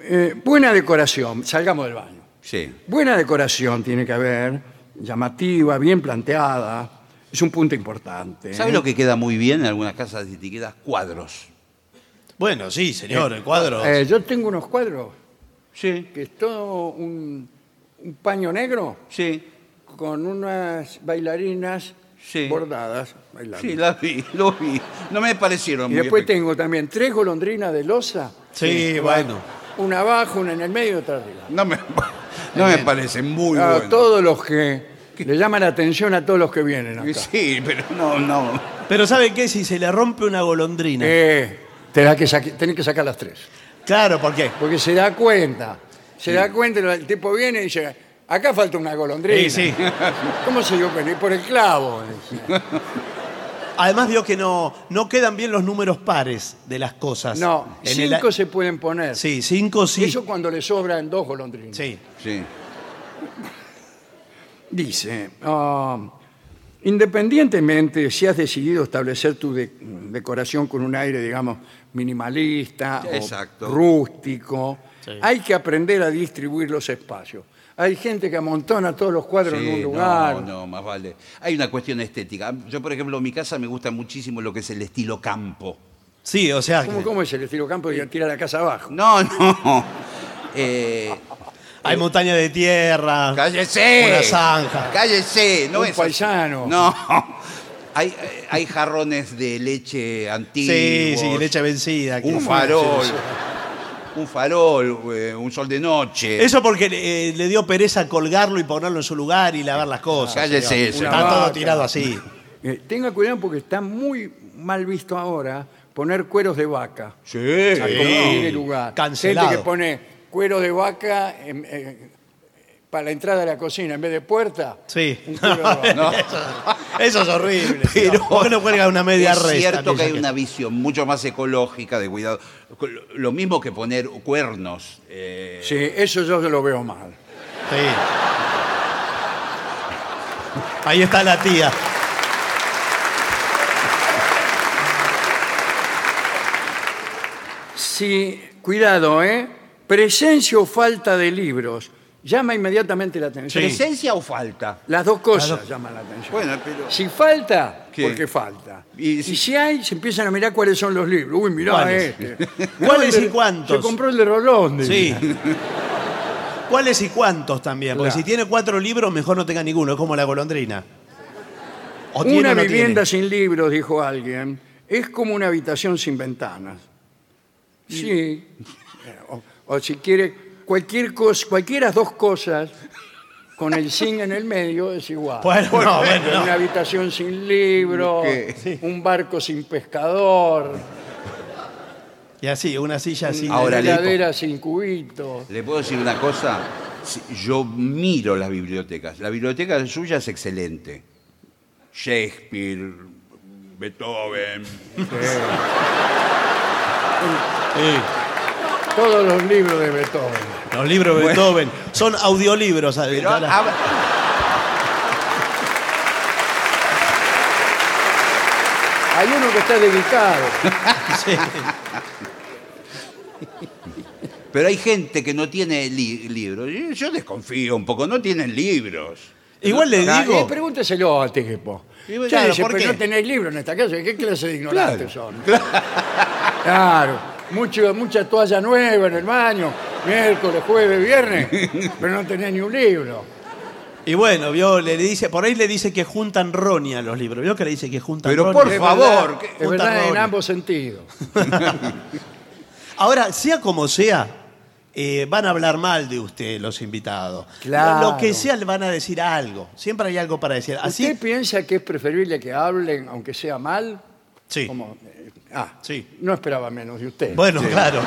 A: eh, buena decoración, salgamos del baño.
B: Sí.
A: Buena decoración tiene que haber, llamativa, bien planteada, es un punto importante. ¿eh?
B: ¿Sabe lo que queda muy bien en algunas casas de etiquetas? Cuadros.
C: Bueno, sí, señor, el cuadro.
A: Eh, yo tengo unos cuadros
B: Sí.
A: que es todo un, un paño negro
B: Sí.
A: con unas bailarinas
B: Sí.
A: bordadas bailando.
B: Sí, la vi, lo vi. No me parecieron
A: y
B: muy
A: después
B: espe-
A: tengo también tres golondrinas de losa,
C: Sí, bueno.
A: una abajo, una en el medio y otra arriba.
B: No me, no me parecen muy
A: A
B: buenos.
A: todos los que le llaman la atención a todos los que vienen acá.
B: Sí, pero no, no.
C: Pero ¿sabe qué? Si se le rompe una golondrina.
A: Eh, te da que saque- tenés que sacar las tres.
C: Claro, ¿por qué?
A: Porque se da cuenta. Se da cuenta, el tipo viene y dice, acá falta una golondrina.
C: Sí, sí.
A: ¿Cómo se dio cuenta? Y por el clavo. dice.
C: Además vio que no, no quedan bien los números pares de las cosas.
A: No,
C: En el-
A: cinco se pueden poner.
C: Sí, cinco
A: Y
C: sí.
A: Eso cuando le sobran dos golondrinas.
C: Sí.
B: Sí.
A: Dice, ah, independientemente si has decidido establecer tu de- decoración con un aire, digamos, minimalista o
B: Exacto.
A: rústico,
C: Sí.
A: hay que aprender a distribuir los espacios. Hay gente que amontona todos los cuadros
B: Sí,
A: en un lugar.
B: No, no, más vale. Hay una cuestión estética. Yo, por ejemplo, en mi casa me gusta muchísimo lo que es el estilo campo.
C: Sí, o sea,
A: ¿Cómo,
C: que
A: cómo es el estilo campo y tira la casa abajo?
B: No, no. Eh,
C: hay montaña de tierra.
B: ¡Cállese!
C: Una zanja.
B: ¡Cállese! No
A: Un
B: es así.
A: paisano.
B: No. Hay, eh, hay jarrones de leche antiguos.
C: Sí, sí, leche vencida. que-
B: Un farol.
C: Sí, sí,
B: Un farol, eh, un sol de
C: sí.
B: noche.
C: Eso porque eh, le dio pereza colgarlo y ponerlo en su lugar y lavar las cosas.
B: Cállese,
C: señor.
B: ese.
C: Está
A: Una
C: todo
A: vaca.
C: tirado así.
A: Eh, tenga cuidado porque está muy mal visto ahora poner cueros de vaca.
B: Sí.
A: a cualquier lugar.
C: Cancelado.
A: Gente que pone cuero de vaca en- en- para la entrada de la cocina en vez de puerta.
C: Sí.
A: un cuero de vaca.
B: No.
C: Eso es horrible.
B: Pero-
C: Pero ¿Por qué no cuelga una media
B: es
C: resta,
B: cierto que
C: aquella
B: hay una visión mucho más ecológica de cuidado. Lo mismo que poner cuernos. eh,
A: Sí, eso yo lo veo mal.
C: Sí. Ahí está la tía.
A: Sí, cuidado, ¿eh? Presencia o falta de libros. Llama inmediatamente la atención.
C: Sí.
B: ¿Presencia o falta?
A: Las dos cosas llaman la atención.
B: Bueno, pero.
A: Si falta,
B: ¿Qué?
A: porque falta.
B: Y
A: Y,
B: si-
A: si... hay, se empiezan a mirar cuáles son los libros. Uy, mirá
C: ¿Cuáles?
A: este.
C: ¿Cuáles y
A: Se-
C: cuántos?
A: Se compró el de Rolón.
C: Sí. ¿Cuáles y cuántos también? Porque
A: Claro.
C: si tiene cuatro libros, mejor no tenga ninguno. Es como la golondrina. O tiene
A: Una
C: o no tiene.
A: vivienda sin libros, dijo alguien, es como una habitación sin ventanas. Sí. O, o si quiere, cualquier cosa, cualquiera dos cosas con el sin en el medio es igual.
C: Bueno, no, bueno, no.
A: Una habitación sin libros,
B: ¿Qué?
A: un barco sin pescador,
C: Y así, una silla así.
A: una
B: Ahora, Lipo.
A: heladera sin cubito.
B: ¿Le puedo decir una cosa? Si- Yo miro las bibliotecas. La biblioteca suya es excelente. Shakespeare, Beethoven.
A: Todos los libros de Beethoven.
C: Los libros de Beethoven. Son audiolibros.
B: Pero ah,
C: adentro.
B: hab-
A: Hay uno que está dedicado.
C: Sí.
B: pero hay gente que no tiene li- libros. Yo- Yo desconfío un poco, no tienen libros.
C: Igual le
A: Ah, eh,
C: digo.
A: pregúnteselo a tipo.
C: Y bueno,
A: Che,
C: claro,
A: dice,
C: ¿por
A: pero
C: qué?
A: no tenéis libro en esta casa. ¿Qué clase de ignorantes son? Claro. Mucho- mucha toalla nueva en el baño. Miércoles, jueves, viernes. pero no tenés ni un libro.
C: Y bueno, vio, le dice, por ahí le dice que juntan roña los libros. Vio que le dice que juntan
B: Pero
C: roña.
B: por
C: Es
B: favor,
C: verdad,
B: que-
A: Es
C: juntan
A: verdad, en
C: roña.
A: ambos sentidos.
C: Ahora, sea como sea, eh, van a hablar mal de usted los invitados.
A: Claro.
C: Lo que sea, le van a decir algo. Siempre hay algo para decir. Así,
A: ¿Usted piensa que es preferible que hablen, aunque sea mal?
C: sí.
A: Como, eh, ah,
C: Sí.
A: no esperaba menos de usted.
C: Bueno, claro.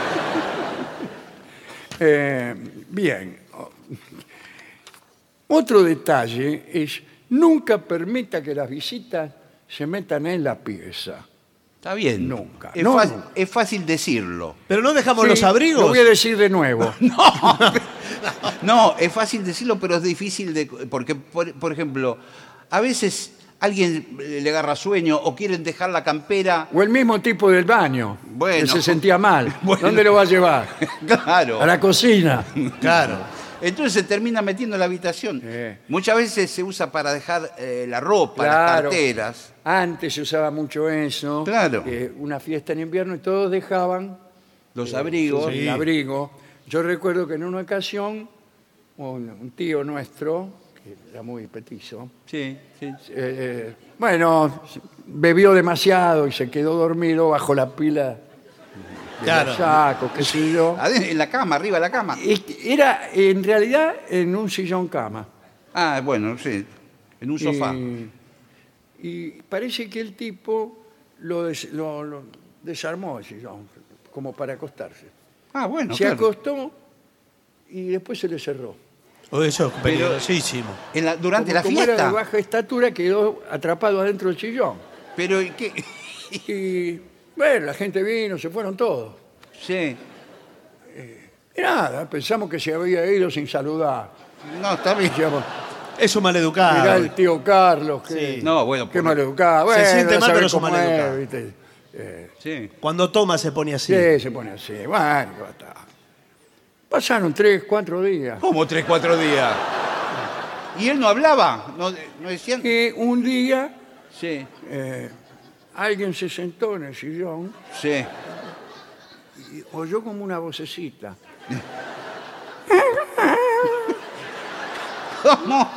A: Eh, bien. Otro detalle es nunca permita que las visitas se metan en la pieza.
B: Está bien.
A: Nunca.
B: Es,
A: No,
B: fa-
A: nunca.
B: es fácil decirlo.
C: Pero no dejamos
A: Sí,
C: los abrigos.
A: Lo voy a decir de
B: Ah,
A: nuevo.
B: No, es fácil decirlo, pero es difícil de. Porque, por, por ejemplo, a veces alguien le agarra sueño o quieren dejar la campera.
A: O el mismo tipo del baño,
B: Bueno.
A: que se sentía mal.
B: Bueno.
A: ¿Dónde lo va a llevar?
B: Claro.
A: A la cocina.
C: Claro.
B: Entonces se termina metiendo en la habitación.
A: Eh.
B: Muchas veces se usa para dejar eh, la ropa, las
A: Claro.
B: carteras.
A: Antes se usaba mucho eso.
B: Claro.
A: Eh, una fiesta en invierno y todos dejaban
B: Los abrigos.
A: el abrigo. Yo recuerdo que en una ocasión, un, un tío nuestro, que era muy petizo,
B: Sí, sí.
A: eh, bueno, bebió demasiado y se quedó dormido bajo la pila de
C: Claro.
A: los sacos, qué sé yo.
B: Ade- En la cama, arriba de la cama.
A: Y Era en realidad en un sillón cama.
B: Ah, bueno, sí. En un sofá.
A: Y, y parece que el tipo lo, des- lo- lo desarmó el sillón, como para acostarse.
B: Ah, bueno,
A: se
B: claro.
A: acostó y después se le cerró.
C: Oh, Eso es peligrosísimo.
B: En la- durante
A: Como-
B: la
A: como era
B: fiesta.
A: de baja estatura, quedó atrapado adentro del sillón.
B: Pero, ¿y ¿qué?
A: Y bueno, la gente vino, se fueron todos.
B: sí.
A: Y nada, pensamos que se había ido sin saludar.
B: No, está bien.
A: Decíamos,
C: Eso
B: Ah,
C: maleducado.
A: mirá el tío Carlos, que,
C: Sí.
B: No, bueno,
A: qué
B: por-
A: maleducado.
C: Se
A: Bueno,
C: siente
A: no
C: mal,
A: sabés
C: pero es un
A: cómo es,
C: maleducado.
A: ¿viste?
B: Sí.
C: Cuando toma se pone así.
A: Sí. se pone así. Bueno, ya está. Pasaron tres, cuatro días.
B: ¿Cómo tres, cuatro días? ¿Y él no hablaba? ¿No, no decían?
A: Que un día
B: Sí,
A: eh, alguien se sentó en el sillón
B: sí.
A: y oyó como una vocecita.
B: ¿Cómo?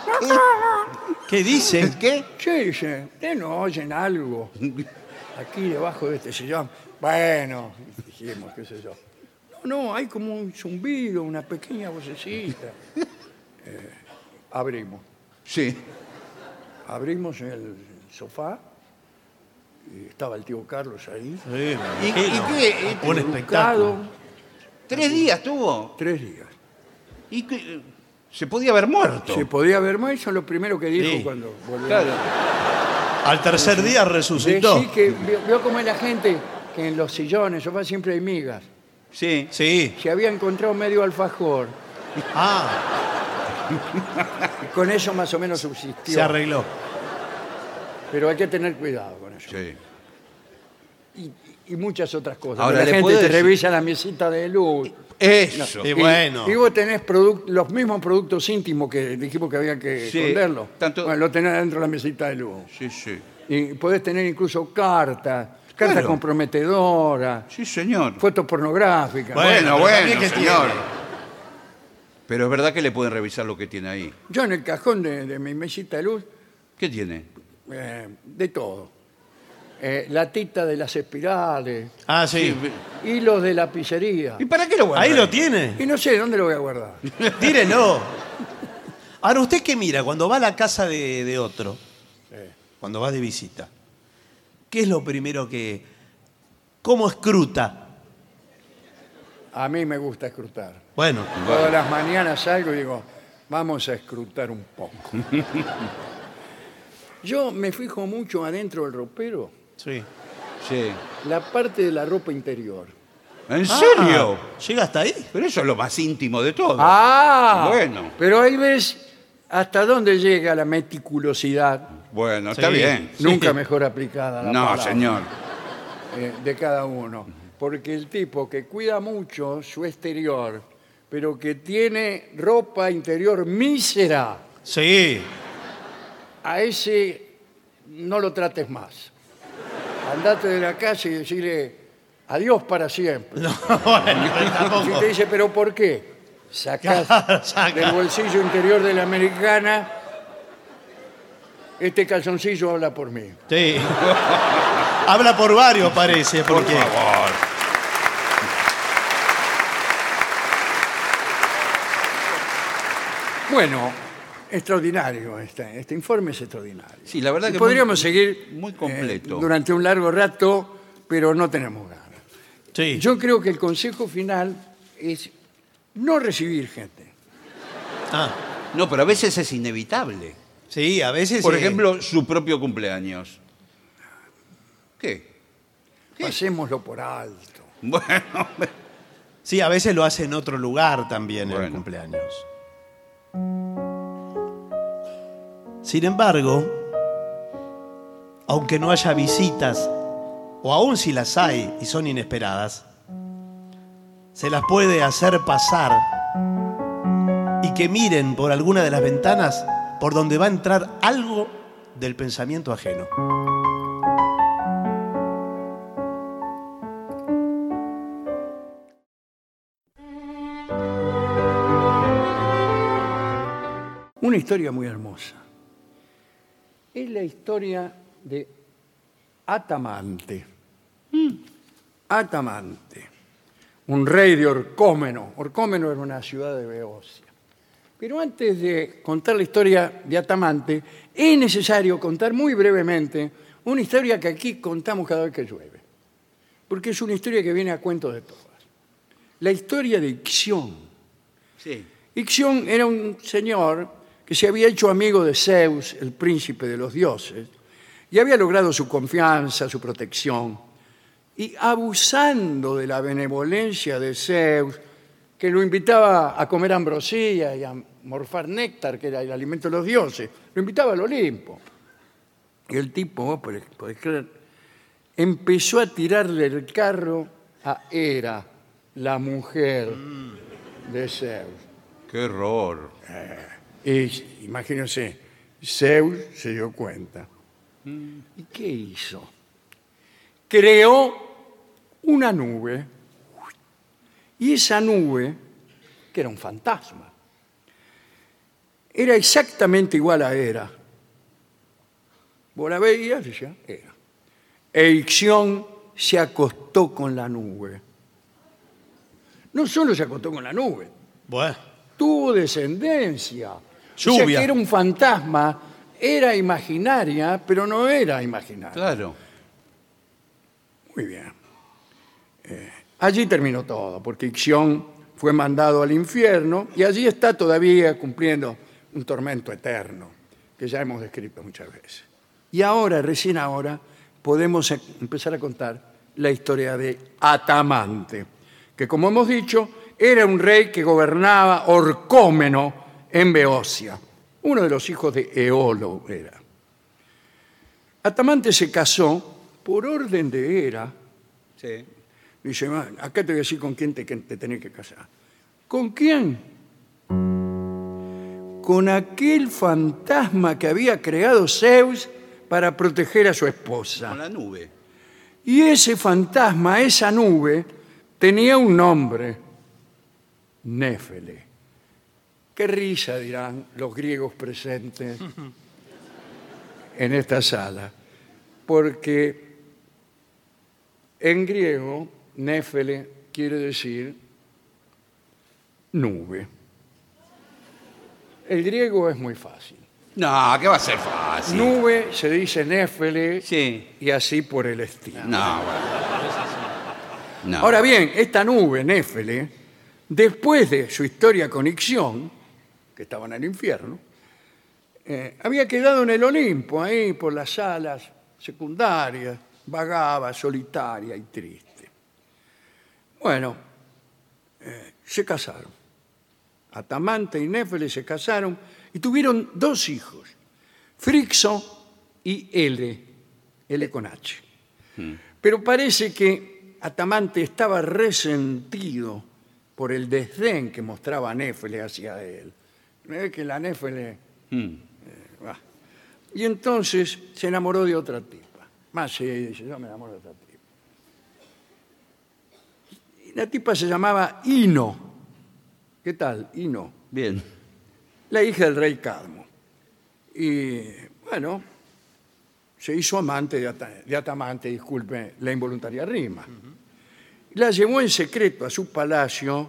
C: ¿Qué dice?
B: ¿Qué?
A: Sí, dice, ustedes no oyen algo aquí debajo de este sillón. Bueno, dijimos, qué sé yo. No, no, hay como un zumbido, una pequeña vocecita. Eh, abrimos.
B: Sí.
A: Abrimos el sofá y estaba el tío Carlos ahí.
C: Sí, me
B: ¿Y- y
C: imagino.
B: qué?
C: Un espectáculo.
A: Educado,
B: Tres días tuvo.
A: tres días.
B: Y que- eh, se podía haber muerto.
A: Se podía ver más, eso es lo primero que dijo
C: Sí.
A: cuando volvió.
B: Claro.
C: Al tercer día resucitó.
A: Decí que vio, vio cómo es la gente que en los sillones, sofá siempre hay migas.
B: Sí.
C: Sí.
A: Se había encontrado medio alfajor
C: Ah,
A: y con eso más o menos subsistió.
C: se arregló.
A: Pero hay que tener cuidado con eso.
B: Sí.
A: Y, y muchas otras cosas.
B: Ahora,
A: la
B: ¿le
A: gente
B: puedo
A: te
B: decir?
A: revisa la mesita de luz.
B: Eso.
C: Sí. Y bueno.
A: Y, vos tenés produc- los mismos productos íntimos que dijimos que había que
B: Sí,
A: esconderlos.
B: tanto-
A: Bueno, lo tenés dentro de la mesita de luz.
B: Sí, sí.
A: Y podés tener incluso cartas, cartas
B: Claro.
A: comprometedoras,
B: Sí, señor.
A: fotos pornográficas.
B: Bueno,
C: Bueno, pero
B: bueno,
C: también que
B: señor.
C: tiene.
B: Pero es verdad que le pueden revisar lo que tiene ahí.
A: Yo en el cajón de, de mi mesita de luz,
B: ¿Qué tiene?
A: eh, de todo. Eh, la tita de las espirales,
C: Ah, sí.
A: hilos de lapicería.
B: ¿Y para qué lo guarda?
C: Ahí lo tiene.
A: Y no sé, ¿dónde lo voy a guardar?
C: Tírelo. Ahora, ¿usted qué mira cuando va a la casa de, de otro? Cuando va de visita. ¿Qué es lo primero que... ¿Cómo escruta?
A: A mí me gusta escrutar.
C: Bueno.
A: Todas las mañanas salgo y digo, vamos a escrutar un poco. Yo me fijo mucho adentro del ropero,
C: Sí.
B: Sí.
A: la parte de la ropa interior.
B: ¿En serio?
C: Ah, ¿Llega hasta ahí?
B: Pero eso es lo más íntimo de todo.
A: Ah,
B: Bueno.
A: Pero ahí ves hasta dónde llega la meticulosidad,
B: Bueno, está
C: Sí.
B: bien.
A: nunca mejor aplicada. La
B: No,
A: palabra,
B: señor.
A: eh, de cada uno. Porque el tipo que cuida mucho su exterior, pero que tiene ropa interior mísera,
C: Sí.
A: a ese no lo trates más. Andate de la casa y decirle adiós para siempre.
C: No, bueno, pero
A: Si
C: tampoco.
A: te dice, pero ¿por qué? Sacás
C: Claro, saca.
A: del bolsillo interior de la americana este calzoncillo habla por mí.
C: Sí. Habla por varios, parece,
B: Por
C: porque...
B: favor.
A: Bueno, extraordinario, este, este informe es extraordinario.
B: Sí, la verdad
A: Y
B: que
A: podríamos
B: muy-
A: seguir
B: muy completo.
A: eh, durante un largo rato, pero no tenemos ganas.
C: Sí.
A: Yo creo que el consejo final es no recibir gente.
C: Ah,
B: No, pero a veces es inevitable.
C: sí, a veces...
B: Por
C: eh,
B: ejemplo, su propio cumpleaños. ¿Qué?
A: Pasémoslo por alto.
B: Bueno,
C: Sí, a veces lo hace en otro lugar también el
B: Bueno.
C: cumpleaños. Sin embargo, aunque no haya visitas, o aun si las hay y son inesperadas, se las puede hacer pasar y que miren por alguna de las ventanas por donde va a entrar algo del pensamiento ajeno.
A: Una historia muy hermosa. Es la historia de Atamante. Atamante, un rey de Orcómeno. Orcómeno era una ciudad de Beocia. Pero antes de contar la historia de Atamante, es necesario contar muy brevemente una historia que aquí contamos cada vez que llueve. Porque es una historia que viene a cuento de todas. La historia de Ixión.
B: sí.
A: Ixión era un señor que se había hecho amigo de Zeus, el príncipe de los dioses, y había logrado su confianza, su protección, y abusando de la benevolencia de Zeus, que lo invitaba a comer ambrosía y a morfar néctar, que era el alimento de los dioses, lo invitaba al Olimpo. Y el tipo, vos podés- podés creer, empezó a tirarle el carro a Hera, la mujer de Zeus.
B: Qué horror.
A: Y imagínense, Zeus se dio cuenta. ¿Y qué hizo? Creó una nube. Y esa nube, que era un fantasma, era exactamente igual a Hera. Vos la veías y ya era. E Ixión se acostó con la nube. No solo se acostó con la nube,
C: Bueno,
A: tuvo descendencia. O sea
C: Lluvia.
A: que era un fantasma, era imaginaria, pero no era imaginaria.
B: Claro.
A: Muy bien. Eh, allí terminó todo, porque Ixión fue mandado al infierno y allí está todavía cumpliendo un tormento eterno, que ya hemos descrito muchas veces. Y ahora, recién ahora, podemos em- empezar a contar la historia de Atamante, que como hemos dicho, era un rey que gobernaba Orcómeno en Beocia. Uno de los hijos de Eolo era. Atamante se casó por orden de Hera.
B: Sí.
A: Dice, "Ma, acá te voy a decir con quién te, que te tenés que casar. ¿Con quién? Con aquel fantasma que había creado Zeus para proteger a su
B: Con
A: esposa.
B: la nube.
A: Y ese fantasma, esa nube, tenía un nombre, Néfele. Qué risa dirán los griegos presentes en esta sala, porque en griego Néfele quiere decir nube. El griego es muy fácil.
B: No, ¿qué va a ser fácil?
A: Nube se dice Néfele
B: Sí.
A: y así por el estilo.
B: No, bueno. No.
A: Ahora bien, esta nube, Néfele, después de su historia con Ixión, que estaba en el infierno, eh, había quedado en el Olimpo, ahí por las salas secundarias, vagaba, solitaria y triste. Bueno, eh, se casaron. Atamante y Néfele se casaron y tuvieron dos hijos, Frixo y L, L con H. Pero parece que Atamante estaba resentido por el desdén que mostraba Néfele hacia él. Eh, que la Néfele...
B: Mm.
A: bah. Y entonces se enamoró de otra tipa. Más se dice, yo me enamoro de otra tipa. Y la tipa se llamaba Ino. ¿Qué tal, Ino?
B: Bien.
A: la hija del rey Cadmo. Y bueno, se hizo amante de, Ata- de Atamante, disculpe la involuntaria rima. La llevó en secreto a su palacio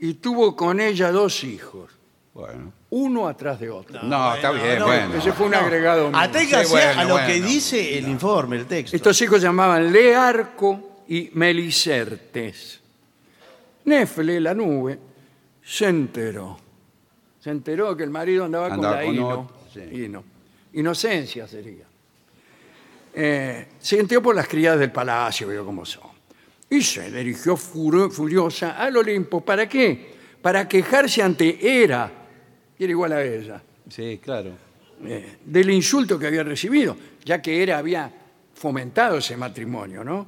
A: y tuvo con ella dos hijos,
B: Bueno.
A: uno atrás de otro.
B: No, está
C: bueno,
B: bien,
C: no.
B: bueno.
A: Ese fue un agregado. mío.
C: aténgase
B: Sí, bueno,
C: a lo que
B: bueno.
C: dice el informe, el texto.
A: Estos hijos se llamaban Learco y Melicertes. Nefle, la nube, se enteró. Se enteró que el marido andaba,
B: Andaba
A: con la
B: con
A: Ino.
B: otro, sí.
A: Ino. Inocencia sería. Eh, se enteró por las criadas del palacio, veo cómo son. Y se dirigió furo- furiosa al Olimpo. ¿Para qué? Para quejarse ante Hera, que era igual a ella
B: Sí, claro.
A: eh, del insulto que había recibido, ya que era había fomentado ese matrimonio, ¿no?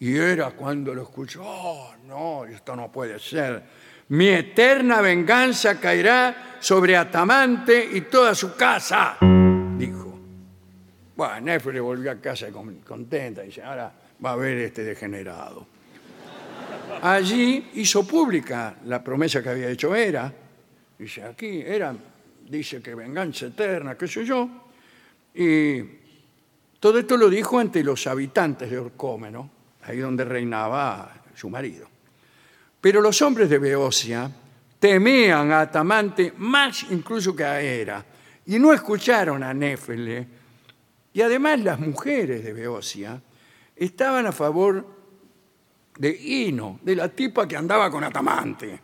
A: Y era cuando lo escuchó, oh, no, esto no puede ser. Mi eterna venganza caerá sobre Atamante y toda su casa, dijo. Bueno, Néfele volvió a casa con- contenta, dice, ahora va a ver este degenerado. Allí hizo pública la promesa que había hecho Hera. Dice, aquí Hera dice que venganza eterna, qué sé yo. Y todo esto lo dijo ante los habitantes de Orcómeno, ahí donde reinaba su marido. Pero los hombres de Beocia temían a Atamante más incluso que a Hera. Y no escucharon a Néfele. Y además las mujeres de Beocia estaban a favor de Hino, de la tipa que andaba con Atamante.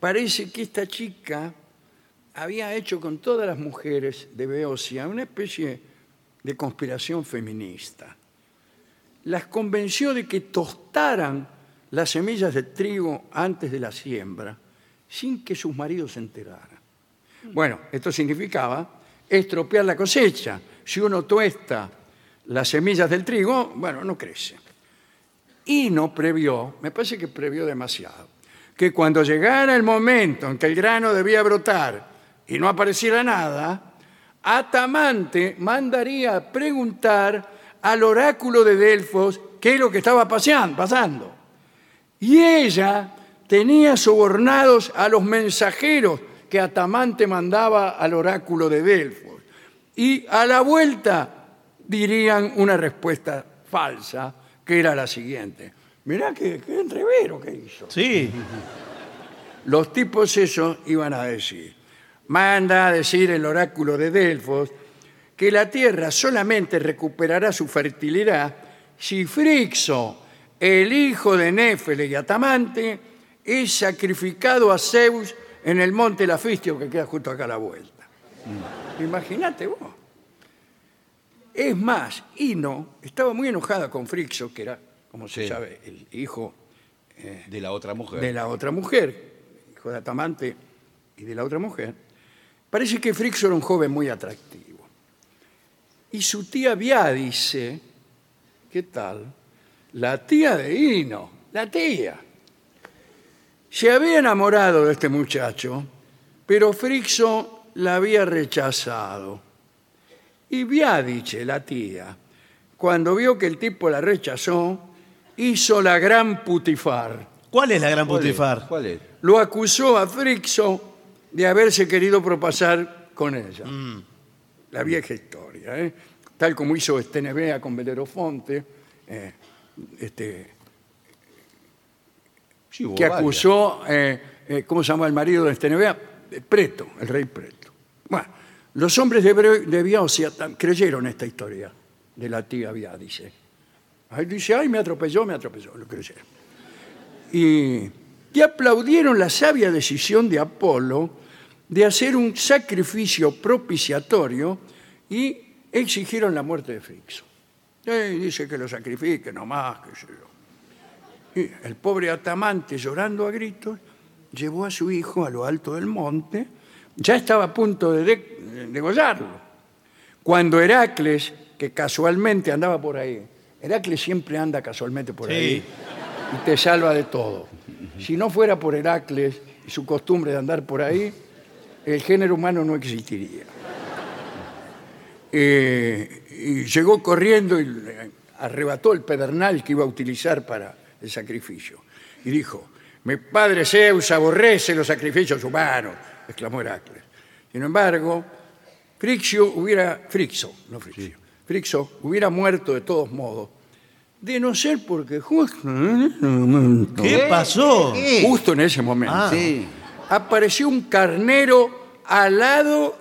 A: Parece que esta chica había hecho con todas las mujeres de Beocia una especie de conspiración feminista. Las convenció de que tostaran las semillas de trigo antes de la siembra, sin que sus maridos se enteraran. Bueno, esto significaba estropear la cosecha. Si uno tuesta las semillas del trigo, bueno, no crece. Y no previó, me parece que previó demasiado, que cuando llegara el momento en que el grano debía brotar y no apareciera nada, Atamante mandaría a preguntar al oráculo de Delfos qué es lo que estaba pasean- pasando. Y ella tenía sobornados a los mensajeros que Atamante mandaba al oráculo de Delfos. Y a la vuelta dirían una respuesta falsa, que era la siguiente. Mirá qué, qué entrevero que hizo.
C: Sí,
A: Los tipos esos iban a decir, manda a decir el oráculo de Delfos que la Tierra solamente recuperará su fertilidad si Frixo, el hijo de Néfele y Atamante, es sacrificado a Zeus en el monte Lafistio que queda justo acá a la vuelta. Imagínate vos. Es más, Ino estaba muy enojada con Frixo, que era, como se
B: Sí.
A: sabe, el hijo
B: de la otra mujer.
A: de la otra mujer, hijo de Atamante y de la otra mujer, parece que Frixo era un joven muy atractivo. Y su tía Viádice, ¿qué tal? La tía de Hino, la tía. Se había enamorado de este muchacho, pero Frixo la había rechazado. Y Viádice, la tía, cuando vio que el tipo la rechazó, hizo la gran putifar
C: ¿cuál es la gran
B: ¿Cuál es?
C: putifar?
B: ¿Cuál es?
A: lo acusó a Frixo de haberse querido propasar con ella. La vieja historia, ¿eh? tal como hizo Estenebea con Belerofonte, eh, este,
B: Sí, hubo
A: que
B: varias.
A: acusó, eh, eh, ¿cómo se llama el marido de Estenebea? Eh, Preto, el rey Preto. Bueno, los hombres de, Bre- de Biausia tam- creyeron esta historia de la tía Biádice. Ahí dice, ay, me atropelló, me atropelló, lo creyeron. Y, y aplaudieron la sabia decisión de Apolo de hacer un sacrificio propiciatorio y exigieron la muerte de Frixo. Eh, dice que lo sacrifique nomás, qué sé yo. Y el pobre Atamante, llorando a gritos, llevó a su hijo a lo alto del monte. Ya estaba a punto de de- degollarlo. Cuando Heracles, que casualmente andaba por ahí, Heracles siempre anda casualmente por
C: Sí.
A: ahí y te salva de todo. Si no fuera por Heracles y su costumbre de andar por ahí, el género humano no existiría. Eh, y llegó corriendo y le arrebató el pedernal que iba a utilizar para el sacrificio. Y dijo, mi padre Zeus aborrece los sacrificios humanos, exclamó Heracles. Sin embargo, Frixio hubiera, Frixo, no Frixio, Frixo hubiera muerto de todos modos, de no ser porque justo en ese momento,
C: ¿Qué pasó?
B: ¿Qué?
A: justo en ese momento
C: Ah.
B: Sí.
A: apareció un carnero alado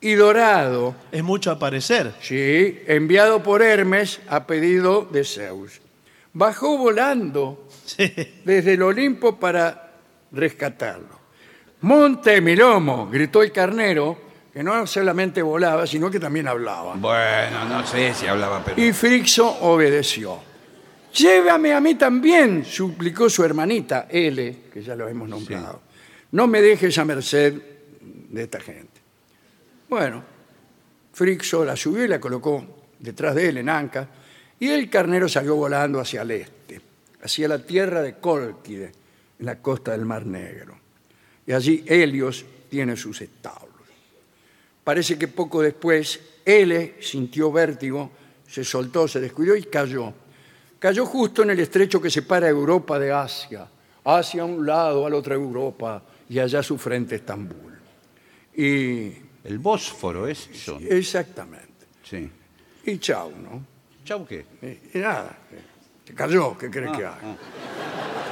A: y dorado.
C: Es mucho aparecer.
A: Sí, enviado por Hermes a pedido de Zeus. Bajó volando
C: Sí.
A: desde el Olimpo para rescatarlo. Monte mi lomo, gritó el carnero, que no solamente volaba, sino que también hablaba.
B: Bueno, no sé si hablaba, pero.
A: Y Frixo obedeció. Llévame a mí también, suplicó su hermanita L, que ya lo hemos nombrado. No me dejes a merced de esta gente. Bueno, Frixo la subió y la colocó detrás de él en anca, y el carnero salió volando hacia el este, hacia la tierra de Cólquide, en la costa del Mar Negro. Y allí Helios tiene sus establos. Parece que poco después L sintió vértigo, se soltó, se descuidó y cayó. Cayó justo en el estrecho que separa Europa de Asia, hacia un lado, al otro Europa, y allá a su frente Estambul. Y
B: El Bósforo es eso.
A: exactamente.
B: Sí.
A: Y chau, ¿no?
B: ¿Chau qué?
A: Y, y Eh, nada, se cayó, ¿qué crees que haga?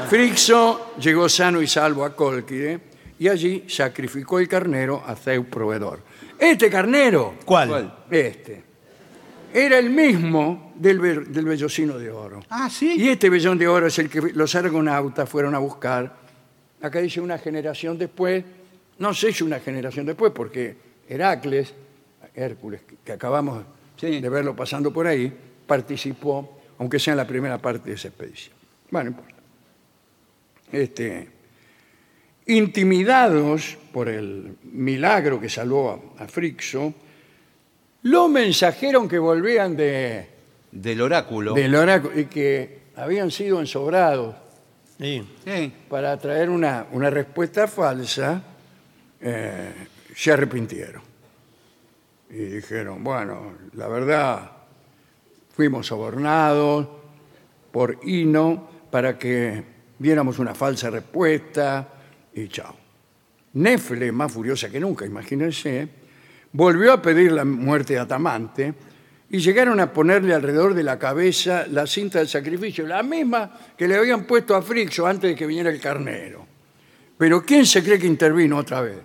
A: Frixo llegó sano y salvo a Colquide y allí sacrificó el carnero a Zeus proveedor. Este carnero
C: ¿Cuál?
B: ¿Cuál?
A: Este. Era el mismo del, ver- del vellocino de oro.
B: Ah, sí.
A: Y este vellón de oro es el que los argonautas fueron a buscar. Acá dice una generación después. No sé si una generación después, porque Heracles, Hércules, que- que acabamos
B: Sí.
A: de verlo pasando por ahí, participó, aunque sea en la primera parte de esa expedición. Bueno, no importa. Este, intimidados por el milagro que salvó a, a Frixo, lo mensajeron que volvían de,
B: Del oráculo.
A: del oráculo y que habían sido ensobrados
C: Sí.
B: Sí.
A: para traer una, una respuesta falsa, eh, se arrepintieron. Y dijeron, bueno, la verdad, fuimos sobornados por Hino para que diéramos una falsa respuesta y chao. Nefle, ¿eh? más furiosa que nunca, imagínense, volvió a pedir la muerte de Atamante y llegaron a ponerle alrededor de la cabeza la cinta del sacrificio, la misma que le habían puesto a Frixo antes de que viniera el carnero. Pero ¿quién se cree que intervino otra vez?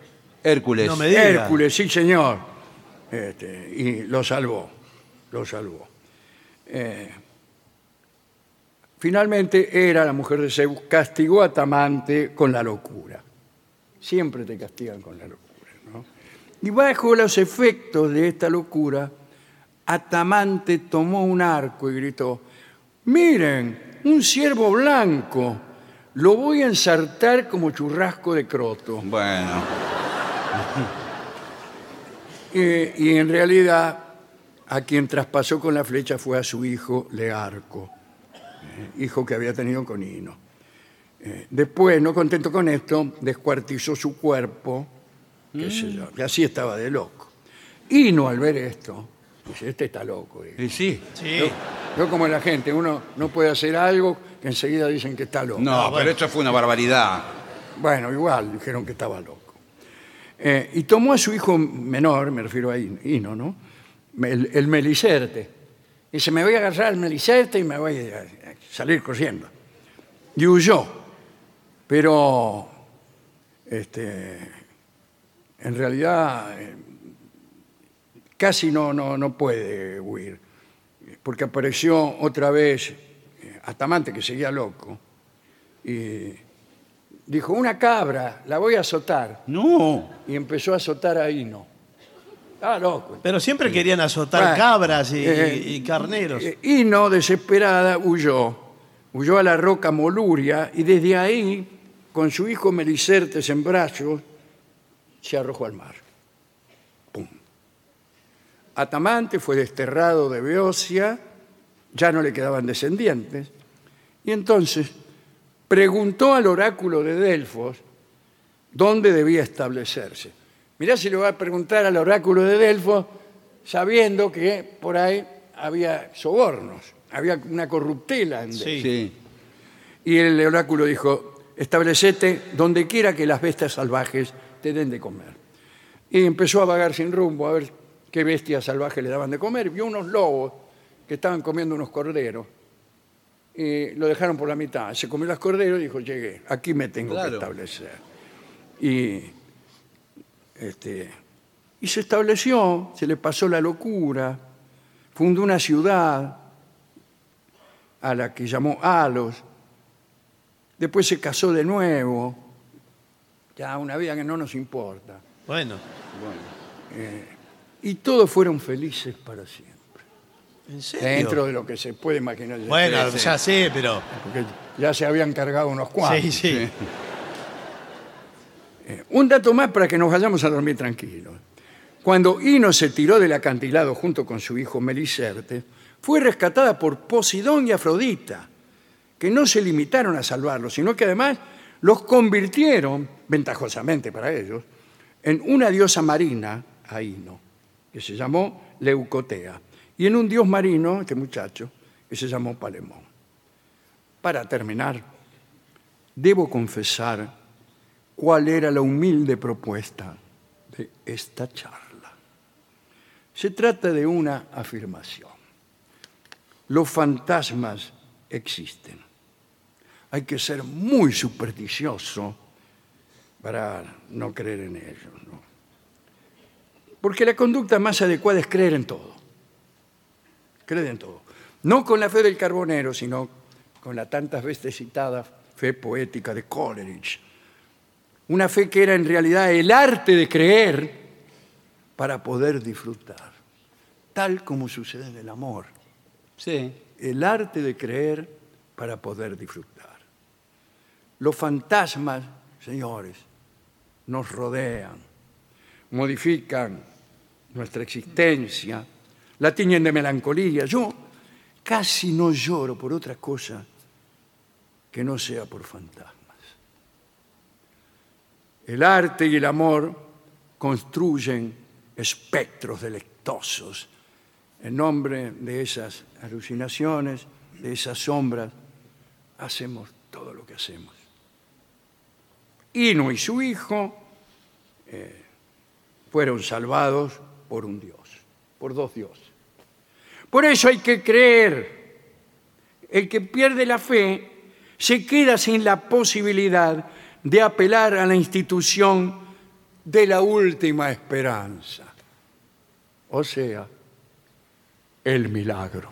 B: Hércules.
C: No me diga.
A: Hércules, sí señor. Este, y lo salvó, lo salvó. Eh, finalmente era la mujer de Zeus, castigó a Tamante con la locura. Siempre te castigan con la locura. ¿no? Y bajo los efectos de esta locura, Atamante tomó un arco y gritó, miren, un ciervo blanco, lo voy a ensartar como churrasco de croto.
B: Bueno,
A: Eh, y en realidad, a quien traspasó con la flecha fue a su hijo Learco, eh, hijo que había tenido con Hino. Eh, después, no contento con esto, descuartizó su cuerpo, qué sé yo, que así estaba de loco. Hino, al ver esto, dice: Este está loco. dice.
B: y sí.
C: Sí.
A: No como la gente, uno no puede hacer algo que enseguida dicen que está loco.
B: No,
C: bueno.
B: pero esto fue una barbaridad.
A: Bueno, igual, dijeron que estaba loco. Eh, y tomó a su hijo menor, me refiero a In- Ino, ¿no? Me- El, el melicerte. Dice, me voy a agarrar al melicerte y me voy a a salir corriendo. Y huyó. Pero, este, en realidad, eh, casi no, no, no puede huir. Porque apareció otra vez eh, Atamante, que seguía loco. Y dijo, una cabra, la voy a azotar.
B: No.
A: Y empezó a azotar a Hino. Ah, loco.
C: Pero siempre querían azotar
A: Bueno,
C: cabras y,
A: Ah. eh,
C: y- y carneros.
A: Eh, Hino, desesperada, huyó. Huyó a la roca Moluria y desde ahí, con su hijo Melicertes en brazos, se arrojó al mar. Pum. Atamante fue desterrado de Beocia, ya no le quedaban descendientes, y entonces preguntó al oráculo de Delfos dónde debía establecerse. Mirá si le va a preguntar al oráculo de Delfos sabiendo que por ahí había sobornos, había una corruptela en Delfos.
C: Sí.
B: Sí.
A: Y el oráculo dijo, establecete donde quiera que las bestias salvajes te den de comer. Y empezó a vagar sin rumbo a ver qué bestias salvajes le daban de comer. Vio unos lobos que estaban comiendo unos corderos. Y lo dejaron por la mitad. Se comió los corderos y dijo, llegué, aquí me tengo que
B: Claro.
A: establecer. Y, este, y se estableció, se le pasó la locura, fundó una ciudad a la que llamó Alos, Después se casó de nuevo. Ya una vida que no nos importa.
C: Bueno,
A: Y todos fueron felices para siempre.
C: ¿en serio?
A: Dentro de lo que se puede imaginar.
C: Bueno,
B: Sí, sí.
C: ya sé, pero.
A: Porque ya se habían cargado unos cuantos.
C: Sí, sí.
A: Un dato más para que nos vayamos a dormir tranquilos. Cuando Ino se tiró del acantilado junto con su hijo Melicerte, fue rescatada por Posidón y Afrodita, que no se limitaron a salvarlo, sino que además los convirtieron, ventajosamente para ellos, en una diosa marina a Ino, que se llamó Leucotea, y en un dios marino, este muchacho, que se llamó Palemón. Para terminar, debo confesar cuál era la humilde propuesta de esta charla. Se trata de una afirmación. Los fantasmas existen. Hay que ser muy supersticioso para no creer en ellos. ¿no? Porque la conducta más adecuada es creer en todo. Creer en todo. No con la fe del carbonero, sino con la tantas veces citada fe poética de Coleridge, una fe que era en realidad el arte de creer para poder disfrutar, tal como sucede en el amor,
B: Sí.
A: el arte de creer para poder disfrutar. Los fantasmas, señores, nos rodean, modifican nuestra existencia, la tiñen de melancolía. Yo casi no lloro por otra cosa que no sea por fantasmas. El arte y el amor construyen espectros delectosos en nombre de esas alucinaciones, de esas sombras, hacemos todo lo que hacemos. Ino y su hijo eh, fueron salvados por un dios, por dos dioses. Por eso hay que creer. El que pierde la fe se queda sin la posibilidad de apelar a la institución de la última esperanza. O sea, el milagro.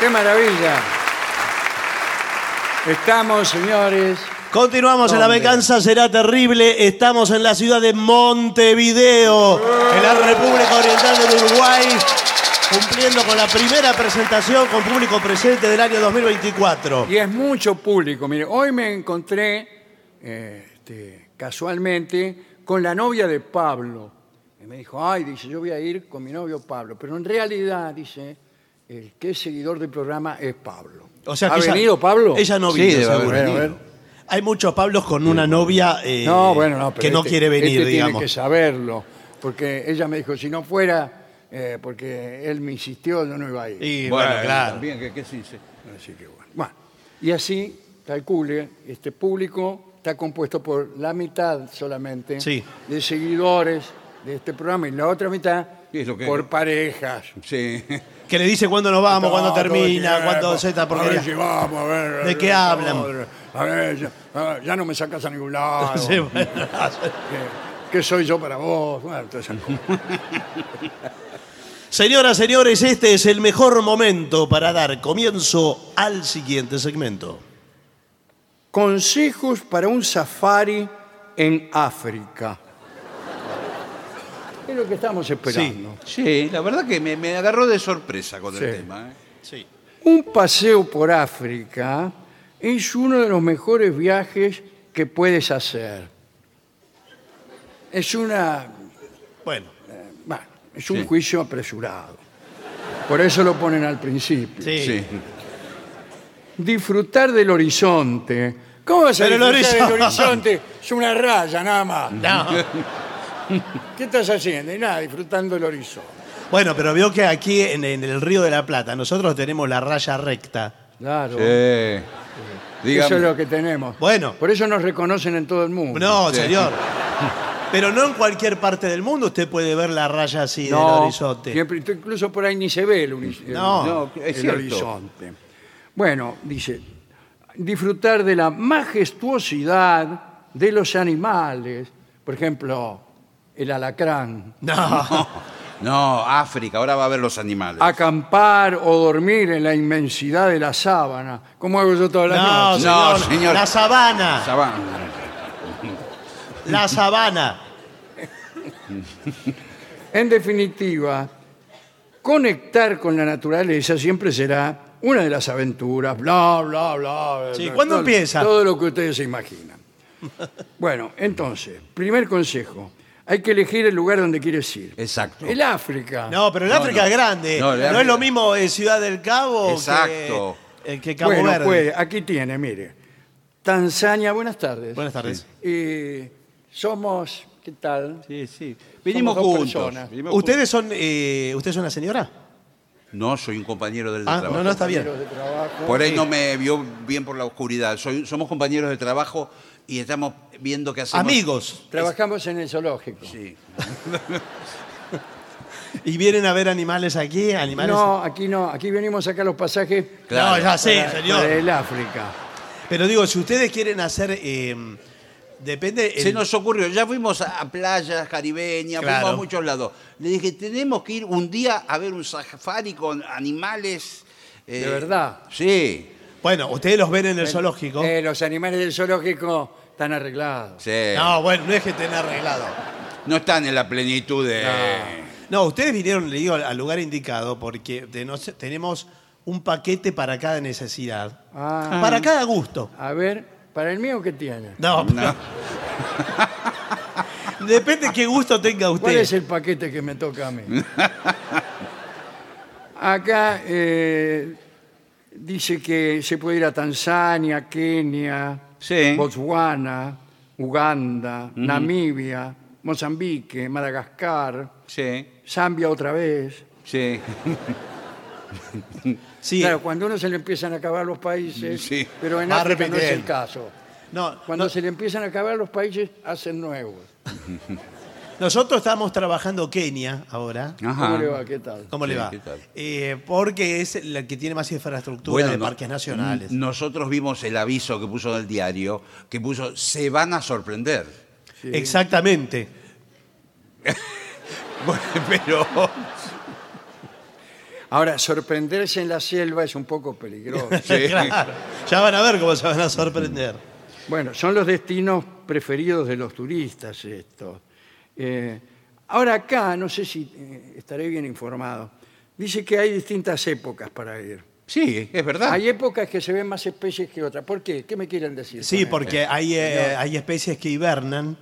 A: ¡Qué maravilla! Estamos, señores.
C: Continuamos en La
A: ¿Dónde?
C: Venganza Será Terrible. Estamos en la ciudad de Montevideo, en la República Oriental del Uruguay, cumpliendo con la primera presentación con público presente del año 2024.
A: Y es mucho público. Mire, hoy me encontré eh, este, casualmente con la novia de Pablo. Y me dijo, ay, dice, yo voy a ir con mi novio Pablo. Pero en realidad, dice, el que es seguidor del programa es Pablo. ¿Ha
C: ella-
A: venido Pablo?
C: Ella no
B: Sí,
C: vino,
B: debe haber
C: seguro.
A: venido. A ver.
C: Hay muchos Pablos con una novia eh,
A: No, bueno, no. pero
C: que no
A: este-
C: quiere venir,
A: este
C: digamos.
A: Tiene que saberlo. Porque ella me dijo, si no fuera, eh, porque él me insistió, yo no iba a ir.
C: Y bueno, claro.
B: También, ¿qué, qué se dice?
A: Así que bueno. Bueno, y así, calcule, este público está compuesto por la mitad solamente
C: Sí.
A: de seguidores de este programa y la otra mitad
B: Sí, es lo que-
A: por parejas.
B: Sí.
C: Que le dice cuándo nos vamos, cuándo
A: Todo
C: termina,
A: tiempo.
C: cuándo se está
A: A ver si vamos, a ver.
C: ¿De qué
A: a ver,
C: hablan?
A: A ver, ya, ah, ya no me sacas a ningún lado.
C: Sí, bueno.
A: ¿Qué- ¿Qué soy yo para vos? Bueno, todas esas cosas.
C: Señoras, señores, este es el mejor momento para dar comienzo al siguiente segmento.
A: Consejos para un safari en África. Es lo que estamos esperando.
B: Sí, la verdad que me, me agarró de sorpresa con el
A: Sí.
B: tema. ¿eh?
C: Sí.
A: Un paseo por África es uno de los mejores viajes que puedes hacer. Es una,
C: Bueno,
A: bueno, es un
B: Sí.
A: juicio apresurado. Por eso lo ponen al principio.
C: sí.
B: Sí.
A: Disfrutar del horizonte. ¿Cómo vas a
C: Pero el
A: disfrutar del
C: horizonte.
A: horizonte? Es una raya nada más.
C: No.
A: ¿Qué estás haciendo? Y nada, disfrutando del horizonte.
C: Bueno, pero veo que aquí en, en el Río de la Plata nosotros tenemos la raya recta.
A: Claro.
B: Sí.
A: Eso es
B: Dígame.
A: lo que tenemos.
C: Bueno.
A: Por eso nos reconocen en todo el mundo.
C: No,
B: Sí.
C: señor. Pero no en cualquier parte del mundo usted puede ver la raya así del horizonte.
A: siempre- incluso por ahí ni se ve el, uni- el-
C: No,
B: no, es
A: el
B: cierto.
A: horizonte. Bueno, dice, disfrutar de la majestuosidad de los animales, por ejemplo, el alacrán,
C: No.
B: No, África, ahora va a ver los animales.
A: Ah. acampar o dormir en la inmensidad de la sábana, como hago yo toda la
C: No,
A: noche.
C: señor.
B: No, señor.
C: La sabana.
B: Sabana.
C: La sabana.
A: En definitiva, conectar con la naturaleza siempre será una de las aventuras, bla, bla, bla.
C: Sí,
A: bla,
C: ¿cuándo
A: todo-
C: empieza?
A: Todo lo que ustedes se imaginan. Bueno, entonces, primer consejo. Hay que elegir el lugar donde quieres ir.
B: Exacto.
A: El África.
C: No, pero el
B: No,
C: África
B: no.
C: es grande.
B: No,
C: No,
B: el
C: es
B: África-
C: lo mismo eh, Ciudad del Cabo
B: Exacto.
C: que, eh, que Cabo
A: bueno,
C: Verde.
A: puede. Aquí tiene, mire. Tanzania, buenas tardes.
C: Buenas tardes.
A: Eh, somos, ¿qué tal?
B: Sí, sí. Venimos
A: Somos dos
B: juntos.
A: personas.
B: Venimos
C: ¿Ustedes son, eh, ¿Usted es una señora?
B: juntos. No, soy un compañero del
C: Ah,
B: trabajo.
C: no, no, está bien. Pues,
A: Compañeros de trabajo.
B: Por ahí no me vio bien por la oscuridad. Soy- somos compañeros de trabajo y estamos viendo qué hacemos.
C: Amigos.
A: Trabajamos en el zoológico.
B: Sí.
C: ¿Y vienen a ver animales aquí? ¿Animales?
A: No, aquí no. Aquí venimos acá los pasajes
B: Claro.
C: No, ya sé,
A: para-
C: Ah, señor.
A: para el África.
C: Pero digo, si ustedes quieren hacer. eh, depende.
B: Se
C: el-
B: nos ocurrió, ya fuimos a a playas caribeñas,
C: Claro.
B: fuimos a muchos lados. Le dije, tenemos que ir un día a ver un safari con animales. eh,
A: ¿De verdad?
B: Sí,
C: Bueno, ustedes los ven en el zoológico.
A: Eh, los animales del zoológico están arreglados.
B: sí. No.
C: No, bueno, no es que estén arreglado.
B: están en la plenitud de...
C: No, ustedes vinieron, le digo, al- al lugar indicado porque de no- tenemos un paquete para cada necesidad.
A: Ah.
C: Para cada gusto.
A: A ver, ¿para el mío qué tiene?
C: No,
B: No.
C: depende qué gusto tenga usted.
A: ¿Cuál es el paquete que me toca a mí? Acá eh, dice que se puede ir a Tanzania, Kenia,
B: Sí.
A: Botswana, Uganda, Namibia, Mozambique, Madagascar,
B: Sí,
A: Zambia otra vez,
B: sí.
C: Sí,
A: Claro, cuando a uno se le empiezan a acabar los países,
B: Sí.
A: pero en
C: Va
A: África no es el
C: repitiendo.
A: caso.
C: no,
A: Cuando
C: no,
A: se le empiezan a acabar los países, hacen nuevos.
C: nosotros estamos trabajando Kenia ahora.
B: Ajá.
A: ¿Cómo le va? ¿Qué tal?
C: ¿Cómo le
B: Sí,
C: va?
B: ¿qué tal?
C: Eh, porque es la que tiene más infraestructura de
B: no-
C: parques nacionales.
B: n- Nosotros vimos el aviso que puso en el diario, que puso, se van a sorprender.
C: Exactamente.
B: Bueno, Pero
A: Ahora, sorprenderse en la selva es un poco peligroso.
B: Sí.
C: Claro. Ya van a ver cómo se van a sorprender.
A: Bueno, son los destinos preferidos de los turistas estos. Eh, ahora acá, no sé si eh, estaré bien informado, dice que hay distintas épocas para ir.
B: sí, es verdad.
A: Hay épocas que se ven más especies que otras. ¿Por qué? ¿Qué me quieren decir?
C: Sí,
A: con esto?
C: porque hay, eh, hay especies que hibernan.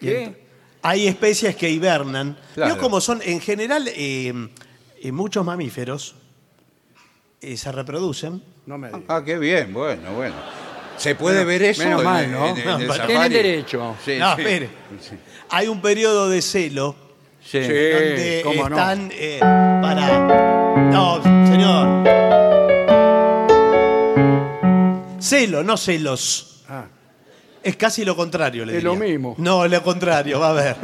C: Y
A: ¿Qué?
C: ent- Hay especies que hibernan.
B: Claro.
C: Vio cómo son, en general, eh, eh, muchos mamíferos eh, se reproducen.
A: No me digas.
B: Ah, qué bien, bueno, bueno. ¿Se puede ver eso?
A: menos
B: en-
A: mal, ¿no?
B: en- en el
C: Tienen
B: safari?
A: derecho.
B: Sí,
C: No,
B: sí.
C: espere.
B: Sí.
C: Hay un periodo de celo
B: Sí.
A: Sí.
C: donde
A: cómo no.
C: están eh, para. No, señor. Celo, no celos.
A: Ah,
C: Es casi lo contrario, le
A: Es
C: diría.
A: lo mismo.
C: No, lo contrario, va a ver.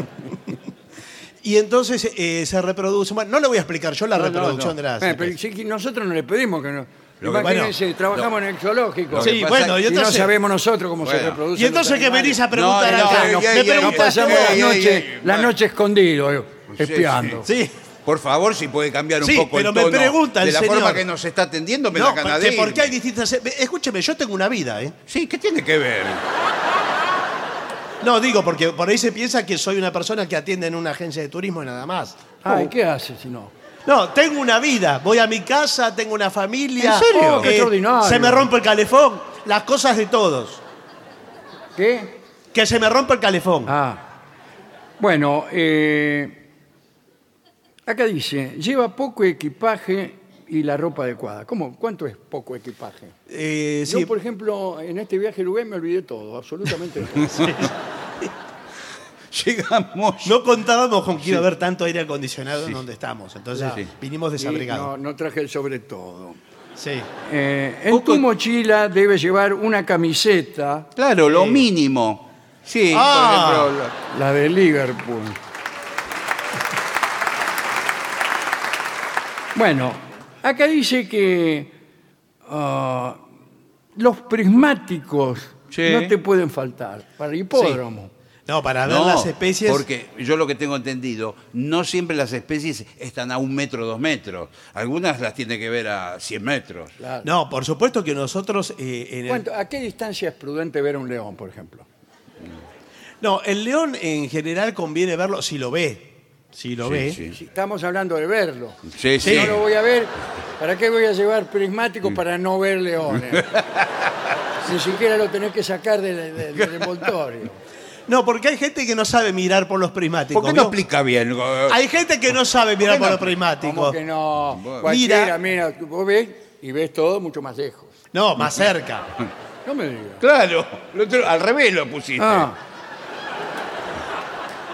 C: y entonces eh, se reproduce. Bueno, no le voy a explicar yo la
B: No, no,
C: reproducción
B: no.
C: de las.
A: bueno, Eh, pero si- nosotros no le pedimos que no.
B: Lo que-
A: Imagínense,
B: bueno,
A: trabajamos en el zoológico.
B: Lo que
C: Sí,
B: pasa
C: bueno,
B: es
A: y
C: y
A: no
C: entonces,
A: sabemos nosotros cómo se
B: Bueno.
A: reproducen.
C: y entonces
A: los
C: que venís a
A: animales.
C: preguntar
B: No, no,
C: acá.
B: no,
C: me
B: ey, ey,
A: No
C: preguntás
A: pasamos
C: vos.
A: la
B: Ey, ey,
A: noche,
B: ey,
A: la
B: bueno.
A: noche escondido, eh,
B: Sí,
A: espiando.
C: Sí.
B: Por favor, si puede cambiar un
C: Sí,
B: poco
C: pero
B: el
C: me
B: tono.
C: pregunta el
B: de la
C: señor.
B: forma que nos está atendiendo, me
C: No,
B: la
C: porque,
B: canadí.
C: porque hay distintas. eh, Escúcheme, yo tengo una vida, ¿eh?
B: Sí, ¿qué tiene que ver?
C: No, digo, porque por ahí se piensa que soy una persona que atiende en una agencia de turismo y nada más.
A: Ay, Ah, ¿qué hace si no?
C: No, tengo una vida. Voy a mi casa, tengo una familia.
A: ¿En serio? Oh, qué extraordinario.
C: Se me rompe el calefón. Las cosas de todos.
A: ¿Qué?
C: Que se me rompe el calefón.
A: Ah. Bueno, eh, acá dice, lleva poco equipaje y la ropa adecuada. ¿Cómo? ¿Cuánto es poco equipaje?
C: Eh, sí.
A: Yo, por ejemplo, en este viaje a Uruguay me olvidé todo, absolutamente todo.
B: Llegamos.
C: No contábamos con que iba a haber tanto aire acondicionado en donde estamos. Entonces
B: Sí, sí.
C: vinimos
A: Y
C: desabrigados.
A: no, no traje el sobre todo.
C: Sí.
A: Eh, en tu mochila debes llevar una camiseta,
B: Claro, lo mínimo. Sí,
C: Ah.
B: por ejemplo. la-
A: la de Liverpool. Bueno, acá dice que ah, los prismáticos
B: Sí.
A: no te pueden faltar para el hipódromo.
C: No, para ver las especies.
B: Porque yo lo que tengo entendido, no siempre las especies están a un metro, dos metros. Algunas las tiene que ver a 100 metros.
A: Claro.
C: No, por supuesto que nosotros. eh, en el-
A: ¿Cuánto- ¿A qué distancia es prudente ver a un león, por ejemplo?
C: No, el león en general conviene verlo si lo ve. Si lo
B: Sí,
C: ve.
B: sí.
A: Si Estamos hablando de verlo. Si
B: Sí, sí.
A: no lo voy a ver, ¿para qué voy a llevar prismático para no ver leones? Ni siquiera lo tenés que sacar del, del- del envoltorio.
C: No, porque hay gente que no sabe mirar por los prismáticos.
B: ¿Por qué no
C: ¿vio?
B: explica bien?
C: Hay gente que no sabe mirar por,
B: ¿Por qué
C: los
B: no?
A: Como
C: prismáticos.
A: que no.
B: Bueno.
A: Cualquiera, mira, vos ves y ves todo mucho más lejos.
C: No, más cerca.
A: No me digas.
B: Claro, lo te- al revés lo pusiste.
A: Ah,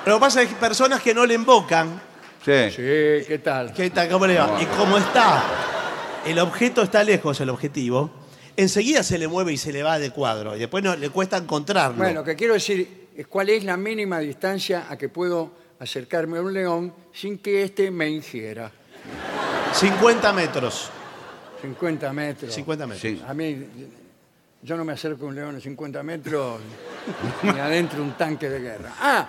C: Lo que pasa es que personas que no le invocan,
B: Sí.
A: sí, ¿qué tal?
C: que está, ¿cómo le va? Y como está, el objeto está lejos, el objetivo, enseguida se le mueve y se le va de cuadro. Y después no, le cuesta encontrarlo.
A: Bueno, lo que quiero decir es cuál es la mínima distancia a que puedo acercarme a un león sin que éste me ingiera.
C: 50 metros.
A: 50 metros.
C: 50 metros.
B: Sí.
A: A mí, yo no me acerco a un león a 50 metros ni adentro un tanque de guerra. Ah,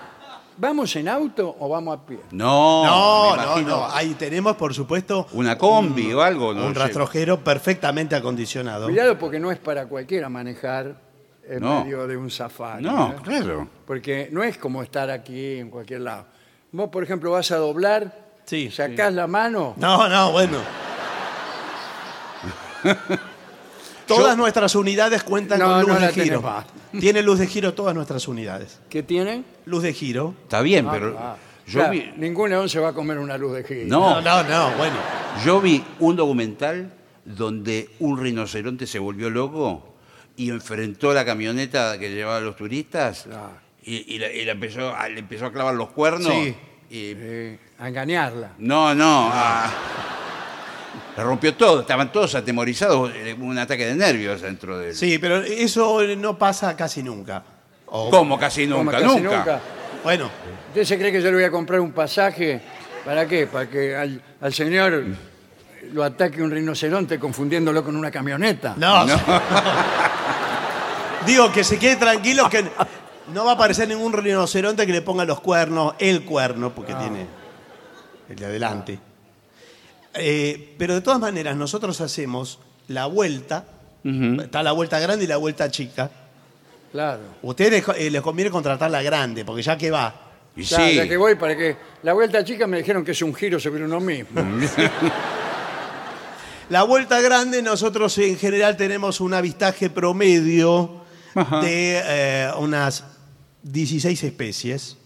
A: ¿vamos en auto o vamos a pie?
B: No,
C: No,
B: me
C: no,
B: imagino
C: no. Ahí tenemos, por supuesto,
B: Una combi o algo. no
C: un
B: sé.
C: rastrojero perfectamente acondicionado.
A: Cuidado porque no es para cualquiera manejar en
B: No.
A: medio de un safari.
B: No,
A: ¿eh?
B: claro.
A: Porque no es como estar aquí en cualquier lado. Vos, por ejemplo, vas a doblar,
C: Sí,
A: sacás la mano.
C: No, no, bueno. todas nuestras unidades cuentan
A: No,
C: con luz
A: no la
C: de giro.
A: tenés más.
C: Tiene luz de giro todas nuestras unidades.
A: ¿Qué tiene?
C: Luz de giro.
B: Está bien,
A: Ah,
B: pero
A: ah.
B: yo
A: Claro,
B: vi,
A: Ningún león se va a comer una luz de giro.
B: No.
C: No, no, no, bueno.
B: yo vi un documental donde un rinoceronte se volvió loco y enfrentó la camioneta que llevaba a los turistas
A: Claro.
B: y, y la- y la empezó a- le empezó a clavar los cuernos.
C: Sí.
B: y-
A: Eh, a engañarla.
B: no, no, a- La rompió todo, estaban todos atemorizados, eh, un ataque de nervios dentro de él.
C: Sí, pero eso no pasa casi nunca. O-
B: Como casi
A: Como
B: nunca,
A: casi
B: nunca.
C: Bueno,
A: ¿Usted se cree que yo le voy a comprar un pasaje? ¿Para qué? Para que al, al señor lo ataque un rinoceronte confundiéndolo con una camioneta.
C: no. Digo que se quede tranquilo que no va a aparecer ningún rinoceronte que le ponga los cuernos, el cuerno, porque tiene el de adelante. Eh, pero de todas maneras, nosotros hacemos la vuelta. Está la vuelta grande y la vuelta chica.
A: Claro.
C: Ustedes les, co- eh, les conviene contratar la grande, porque ya que va.
B: Y
A: Ya,
B: sí,
A: ya que voy para que la vuelta chica me dijeron que es un giro sobre uno mismo.
C: La vuelta grande, nosotros en general tenemos un avistaje promedio de eh, unas 16 especies.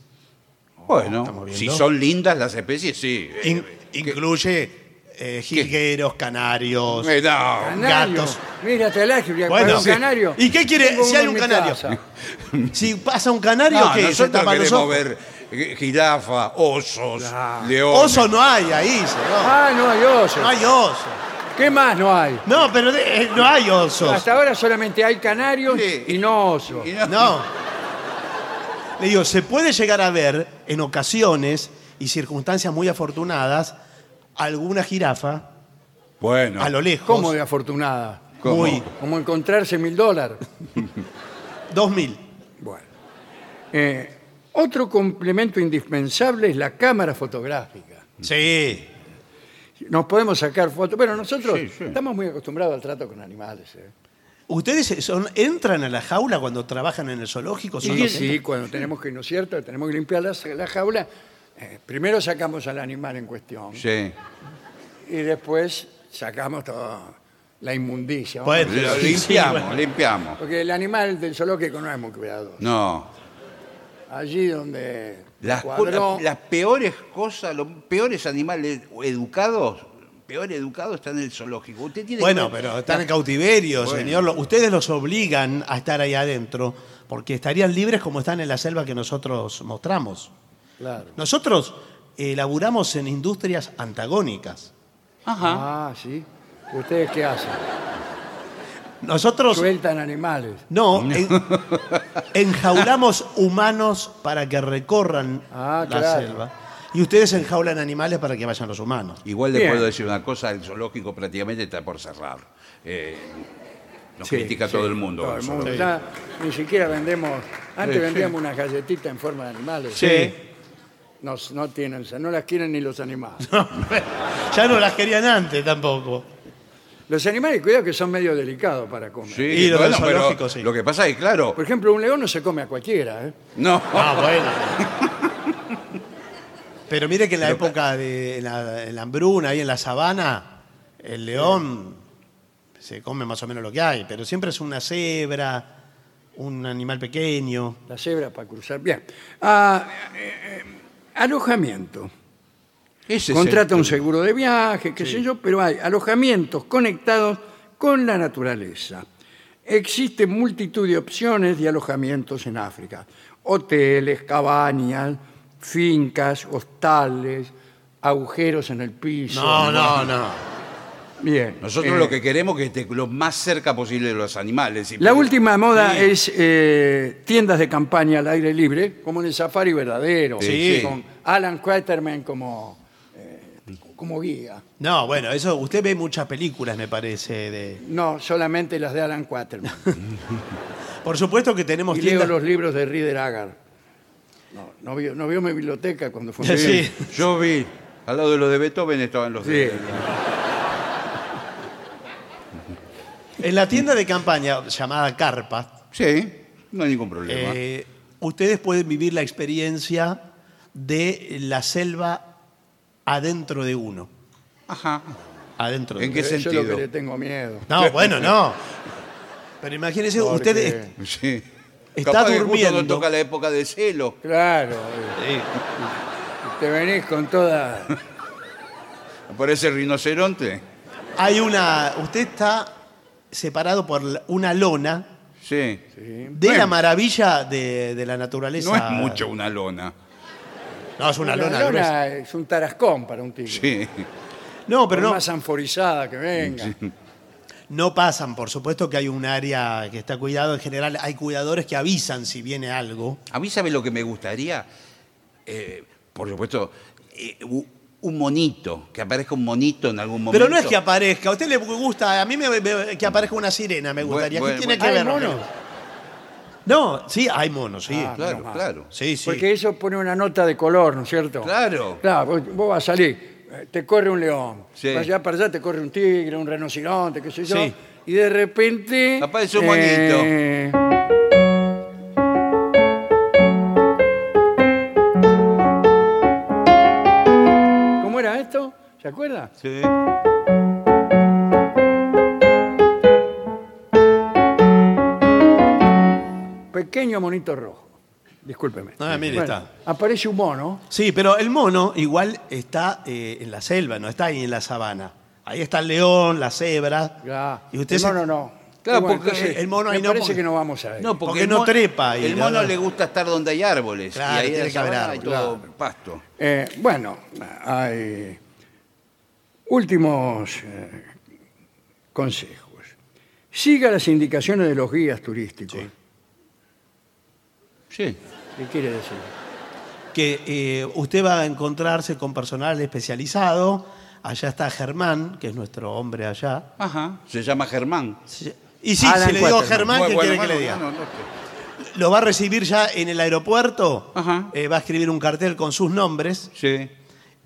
B: bueno,
C: Estamos viendo.
B: si son lindas las especies, sí. Eh,
C: In- incluye eh, jilgueros, canarios.
B: eh, no.
A: Canario.
C: Gatos.
A: Mira, te la para
C: Bueno,
A: un
C: sí.
A: canario.
C: ¿Y qué quiere
A: Tengo
C: si
A: uno
C: hay
A: en
C: un
A: mi
C: canario?
A: casa.
C: Si pasa un canario,
B: No,
C: ¿qué? ¿Se
B: nosotros
C: tapa los
B: queremos
C: ojos?
B: ver eh, jirafa, osos,
A: Claro.
B: leones.
C: Oso no hay ahí, señor.
A: Ah, no hay osos.
C: No hay oso.
A: ¿Qué más no hay?
C: No, pero de- eh, no hay osos.
A: Hasta ahora solamente hay canarios
B: Sí.
A: y no osos.
B: Y no-
C: No. Le digo, se puede llegar a ver en ocasiones y circunstancias muy afortunadas alguna jirafa
B: Bueno,
C: a lo lejos.
A: ¿Cómo de afortunada?
B: ¿Cómo?
C: Muy.
A: Como encontrarse mil dólares.
C: Dos mil.
A: Bueno. Eh, otro complemento indispensable es la cámara fotográfica.
B: Mm.
C: Sí.
A: Nos podemos sacar fotos. Bueno, nosotros
B: Sí, sí.
A: estamos muy acostumbrados al trato con animales. ¿eh?
C: ¿Ustedes son, entran a la jaula cuando trabajan en el zoológico? ¿Son
A: Y
C: los-
A: sí, cuando tenemos que, ¿no es cierto? Tenemos que limpiar la, la jaula. eh, primero sacamos al animal en cuestión
B: sí.
A: y después sacamos toda la inmundicia. ¿no?
C: Bueno.
B: Lo
C: Sí, sí,
B: limpiamos,
C: bueno.
B: limpiamos.
A: Porque el animal del zoológico no es muy cuidadoso.
B: No.
A: Allí donde
B: Las, co-
A: cuadró,
B: las- las peores cosas, los peores animales educados, peor educados están en el zoológico. Usted tiene que
C: Bueno,
B: ver-
C: pero están en cautiverio,
B: Bueno.
C: señor. Lo- Ustedes los obligan a estar ahí adentro porque estarían libres como están en la selva que nosotros mostramos.
A: claro.
C: Nosotros eh, laburamos en industrias antagónicas.
A: Ah, sí. ¿Ustedes qué hacen?
C: Nosotros
A: Sueltan animales.
C: no en- enjaulamos humanos para que recorran
A: Ah,
C: la
A: claro.
C: selva y ustedes enjaulan animales para que vayan los humanos.
B: Igual le
A: Bien.
B: puedo decir una cosa, el zoológico prácticamente está por cerrar. Eh, nos
A: Sí,
B: critica
A: sí,
B: todo el mundo.
A: todo
B: con
A: el
B: el
A: mundo.
B: zoológico.
A: Ya ni siquiera vendemos. Antes
B: Sí, sí.
A: vendíamos unas galletitas en forma de animales. No, no tienen, o sea, no las quieren ni los animales.
C: ya no las querían antes tampoco.
A: Los animales, cuidado que son medio delicados para comer.
B: Sí,
C: Y lo del
B: bueno, pero
C: zoológico, sí.
B: lo que pasa es que, claro,
A: Por ejemplo, un león no se come a cualquiera. ¿eh?
B: no.
C: Ah, bueno. Pero mire que en la época de en la, en la hambruna y en la sabana, el león se come más o menos lo que hay, pero siempre es una cebra, un animal pequeño.
A: La cebra para cruzar. Bien. Ah, eh, eh, alojamiento.
B: Ese es
A: Contrata
B: el-
A: un seguro de viaje, qué sé yo, pero hay alojamientos conectados con la naturaleza. Existe multitud de opciones de alojamientos en África. Hoteles, cabañas, fincas, hostales, agujeros en el piso.
C: No, no, no.
A: Bien.
B: Nosotros
A: Eh,
B: lo que queremos es que esté lo más cerca posible de los animales. y-
A: La última moda es eh, tiendas de campaña al aire libre, como en el Safari Verdadero,
B: Sí.
A: con Alan Quaterman como, eh, como guía.
C: No, bueno, eso usted ve muchas películas, me parece. De...
A: No, solamente las de Alan Quaterman.
C: Por supuesto que tenemos
A: Y leo
C: tiendas.
A: los libros de Rider Agar. No, no vio, no vio mi biblioteca cuando fue.
C: Sí.
B: Sí, Yo vi, al lado de los de Beethoven estaban los de...
A: Sí.
C: En la tienda de campaña llamada Carpa,
B: Sí, no hay ningún problema.
C: eh, ustedes pueden vivir la experiencia de la selva adentro de uno.
B: Ajá.
C: Adentro de
B: ¿En
C: uno.
B: qué
A: Eso es lo que
B: sentido?
A: le tengo miedo.
C: No, bueno, no. Pero imagínese,
A: Porque-
C: usted es-
B: Sí.
C: Está
B: Capaz que justo
C: durmiendo.
B: no toca la época de celo.
A: Claro, eh, te venís con toda.
B: Aparece el rinoceronte.
C: hay una. Usted está separado por la- una lona
B: Sí.
C: de
B: Bueno.
C: la maravilla de, de la naturaleza.
B: No es mucho una lona.
C: No, es una
A: La
C: lona,
A: lona
C: gruesa.
A: es un tarascón para un tigre.
B: Sí.
C: No, pero
A: por
C: no.
A: más anforizada que venga.
C: No pasan, por supuesto que hay un área que está cuidado. En general hay cuidadores que avisan si viene algo.
B: A mí, ¿sabe lo que me gustaría? Eh, por supuesto, eh, u- un monito, que aparezca un monito en algún momento.
C: Pero no es que aparezca. A usted le gusta, a mí me, me- que aparezca una sirena me
B: Bu-
C: gustaría.
B: bu-
C: ¿Qué tiene
B: bu-
C: que
A: ¿Hay
C: ver?
A: monos?
C: No, sí, hay monos, sí.
A: Ah,
B: Claro,
A: menos mal.
B: claro.
C: sí, sí.
A: Porque eso pone una nota de color, ¿no es cierto?
B: Claro.
A: Claro, vos, vos vas a salir, eh, te corre un león,
B: Sí.
A: para allá para allá te corre un tigre, un rinoceronte, qué sé yo,
C: Sí.
A: y de repente...
B: Aparece un
A: eh, ¿Cómo era esto? ¿Se acuerda?
B: Sí.
A: Pequeño monito rojo. Discúlpeme.
C: Ah, mire,
A: Bueno,
C: está.
A: Aparece un mono.
C: Sí, pero el mono igual está eh, en la selva, no está ahí en la sabana. Ahí está el león, la cebra.
A: Ya.
C: Y usted
A: el
C: se-
A: mono no.
B: Claro,
A: Y bueno,
B: porque
A: entonces,
C: el mono
A: me
C: ahí no,
A: parece
C: porque-
A: que no vamos a ver.
B: No, porque,
C: Porque
B: el
C: no
B: mon-
C: trepa ahí, la
B: El mono
C: verdad.
B: le gusta estar donde hay árboles.
C: Claro,
B: y ahí en
C: tiene
B: la
C: que haber
B: sabana hay
C: árbol,
B: todo pasto.
A: Eh, bueno, hay últimos eh, consejos. Siga las indicaciones de los guías turísticos.
B: Sí.
A: ¿Qué quiere decir?
C: Que eh, usted va a encontrarse con personal especializado. Allá está Germán, que es nuestro hombre allá.
B: Ajá. Se llama Germán.
C: Sí. Y sí,
A: Alan
C: si le digo
A: Quatermain.
C: Germán, ¿qué
B: Bueno,
C: quiere
B: bueno,
C: que le diga?
B: no, no, no.
C: Lo va a recibir ya en el aeropuerto.
B: Ajá.
C: Eh, va a escribir un cartel con sus nombres.
B: Sí,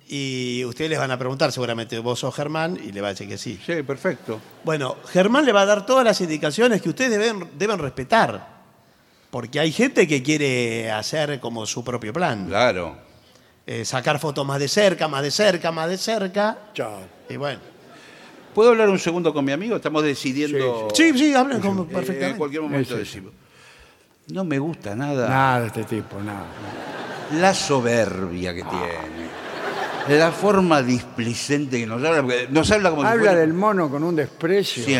C: Y ustedes les van a preguntar seguramente, vos sos Germán, y le va a decir que sí.
B: sí, perfecto.
C: Bueno, Germán le va a dar todas las indicaciones que ustedes deben, deben respetar. Porque hay gente que quiere hacer como su propio plan.
B: Claro.
C: Eh, sacar fotos más de cerca, más de cerca, más de cerca.
A: Chao.
C: Y bueno.
B: ¿Puedo hablar un segundo con mi amigo? Estamos decidiendo.
C: Sí, sí, hablan como
B: Eh, en
C: perfectamente.
B: cualquier momento
A: Sí, sí,
B: decimos. No me gusta nada
A: Nada, este tipo, nada.
B: la soberbia que tiene. La forma displicente que nos habla. porque Nos habla como si
A: Habla
B: fuera-
A: del mono con un desprecio.
B: Sí,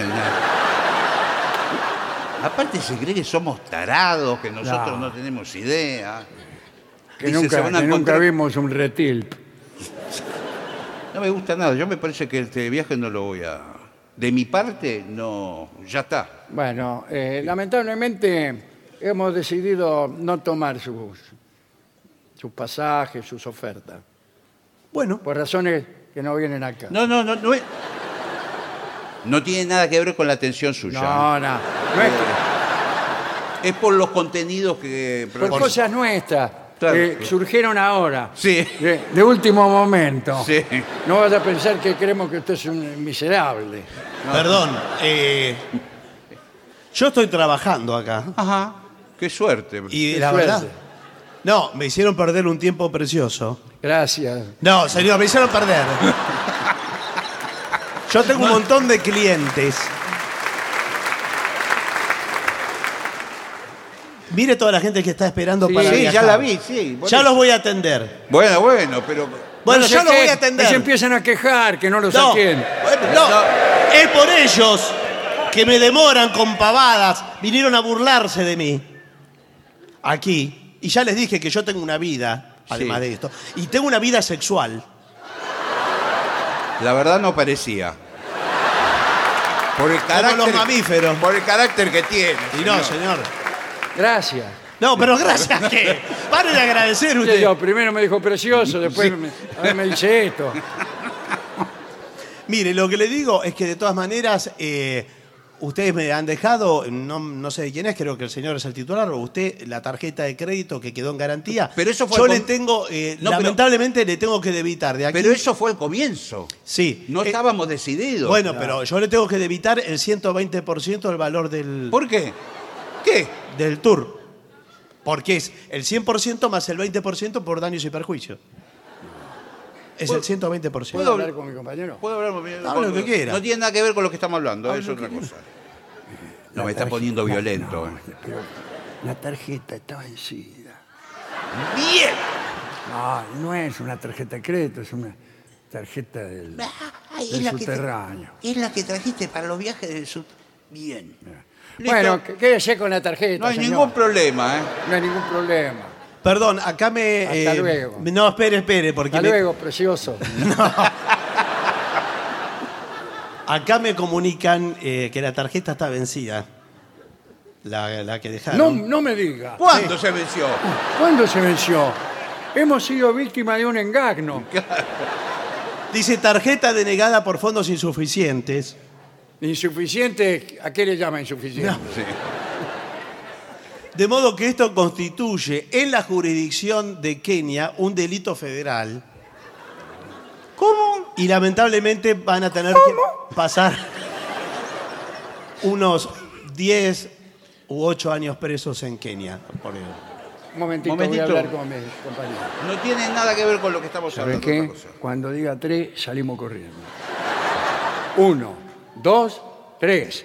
B: no. Aparte se cree que somos tarados, que nosotros
A: No.
B: no, tenemos idea.
A: que
B: Dice, se
A: nunca,
B: van a
A: que nunca
B: encontrar-
A: vimos un reptil.
B: No me gusta nada. Yo me parece que este viaje no lo voy a. De mi parte, no. Ya está.
A: Bueno, eh, lamentablemente hemos decidido no tomar sus, sus pasajes, sus ofertas,
C: Bueno,
A: por razones que no vienen acá.
B: No, no, no, no es- No tiene nada que ver con la atención suya.
A: no, no, no es que-
B: Es por los contenidos que.
A: por
B: propone.
A: Pues cosas nuestras
B: Claro.
A: que surgieron ahora,
B: Sí.
A: de, de último momento.
B: Sí.
A: No vaya a pensar que creemos que usted es un miserable.
C: perdón. eh, yo estoy trabajando acá.
B: Ajá. Ah, Qué suerte.
C: Y
A: Qué
C: la
A: suerte.
C: verdad. No, me hicieron perder un tiempo precioso.
A: Gracias.
C: No, señor, me hicieron perder. Yo tengo un montón de clientes. Mire toda la gente que está esperando
A: Sí,
C: para
A: sí,
B: Sí, ya
C: viajar.
B: la vi, sí. por
C: Ya
B: eso.
C: los voy a atender.
B: Bueno, bueno, pero.
C: Bueno,
A: No sé
C: ya los
A: qué,
C: voy a
A: y Se
C: atender.
A: empiezan a quejar que no los
C: No,
A: atienden.
C: bueno, no,
B: No.
C: es por ellos que me demoran con pavadas. Vinieron a burlarse de mí. Aquí. Y ya les dije que yo tengo una vida, además
B: Sí.
C: de esto. Y tengo una vida sexual.
B: La verdad no parecía. Por el carácter.
C: los mamíferos.
B: Por el carácter que tiene.
C: Y no,
B: señor.
C: señor.
A: Gracias.
C: No, pero gracias a qué. Paren de agradecer
A: Usted
C: ustedes.
A: dijo, primero me dijo precioso, después me, ahora me dice esto.
C: Mire, lo que le digo es que de todas maneras, eh, ustedes me han dejado, no, no sé de quién es, creo que el señor es el titular, o usted, la tarjeta de crédito que quedó en garantía.
B: Pero eso fue
C: Yo
B: con-
C: le tengo, eh,
B: No, pero-
C: lamentablemente le tengo que debitar de aquí.
B: Pero eso fue el comienzo.
C: Sí.
B: No
C: Eh,
B: estábamos decididos.
C: Bueno, pero yo le tengo que debitar el 120% del valor del,
B: ¿Por qué? ¿Qué?
C: del tour. Porque es el 100% más el 20% por daños y perjuicios. Es el 120%.
A: ¿Puedo hablar con mi compañero?
B: Puedo hablar con-
C: Hable lo que quiera.
B: No tiene nada que ver con lo que estamos hablando, es otra cosa. No, me está poniendo violento. eh.
A: La tarjeta está vencida.
B: ¡Bien!
A: No, no es una tarjeta de crédito, es una tarjeta del,
C: Ah,
A: del subterráneo.
B: es la que trajiste para los viajes del sur. Bien. Listo.
A: Bueno, qu- quédese con la tarjeta.
B: no hay
A: señor.
B: ningún problema, ¿eh?
A: No hay ningún problema.
C: Perdón, acá me.
A: Hasta luego.
C: No, espere, espere, porque.
A: Hasta
C: me-
A: luego, precioso.
C: Acá me comunican eh, que la tarjeta está vencida. La, la que dejaron.
A: No, no me diga.
B: ¿Cuándo se venció?
A: ¿Cuándo se venció? Hemos sido víctima de un engagno.
C: Dice tarjeta denegada por fondos insuficientes.
A: Insuficiente, ¿a qué le llama insuficiente?
B: Sí.
C: De modo que esto constituye en la jurisdicción de Kenia un delito federal. ¿Cómo? Y lamentablemente van a tener que pasar unos 10 u 8 años presos en Kenia. por ello.
A: Un momentito,
B: Momentito.
A: voy a hablar con mi compañero.
B: No tiene nada que ver con lo que estamos
A: ¿Sabes
B: hablando.
A: qué?
B: otra cosa.
A: Cuando diga tres, salimos corriendo. Uno, dos, tres.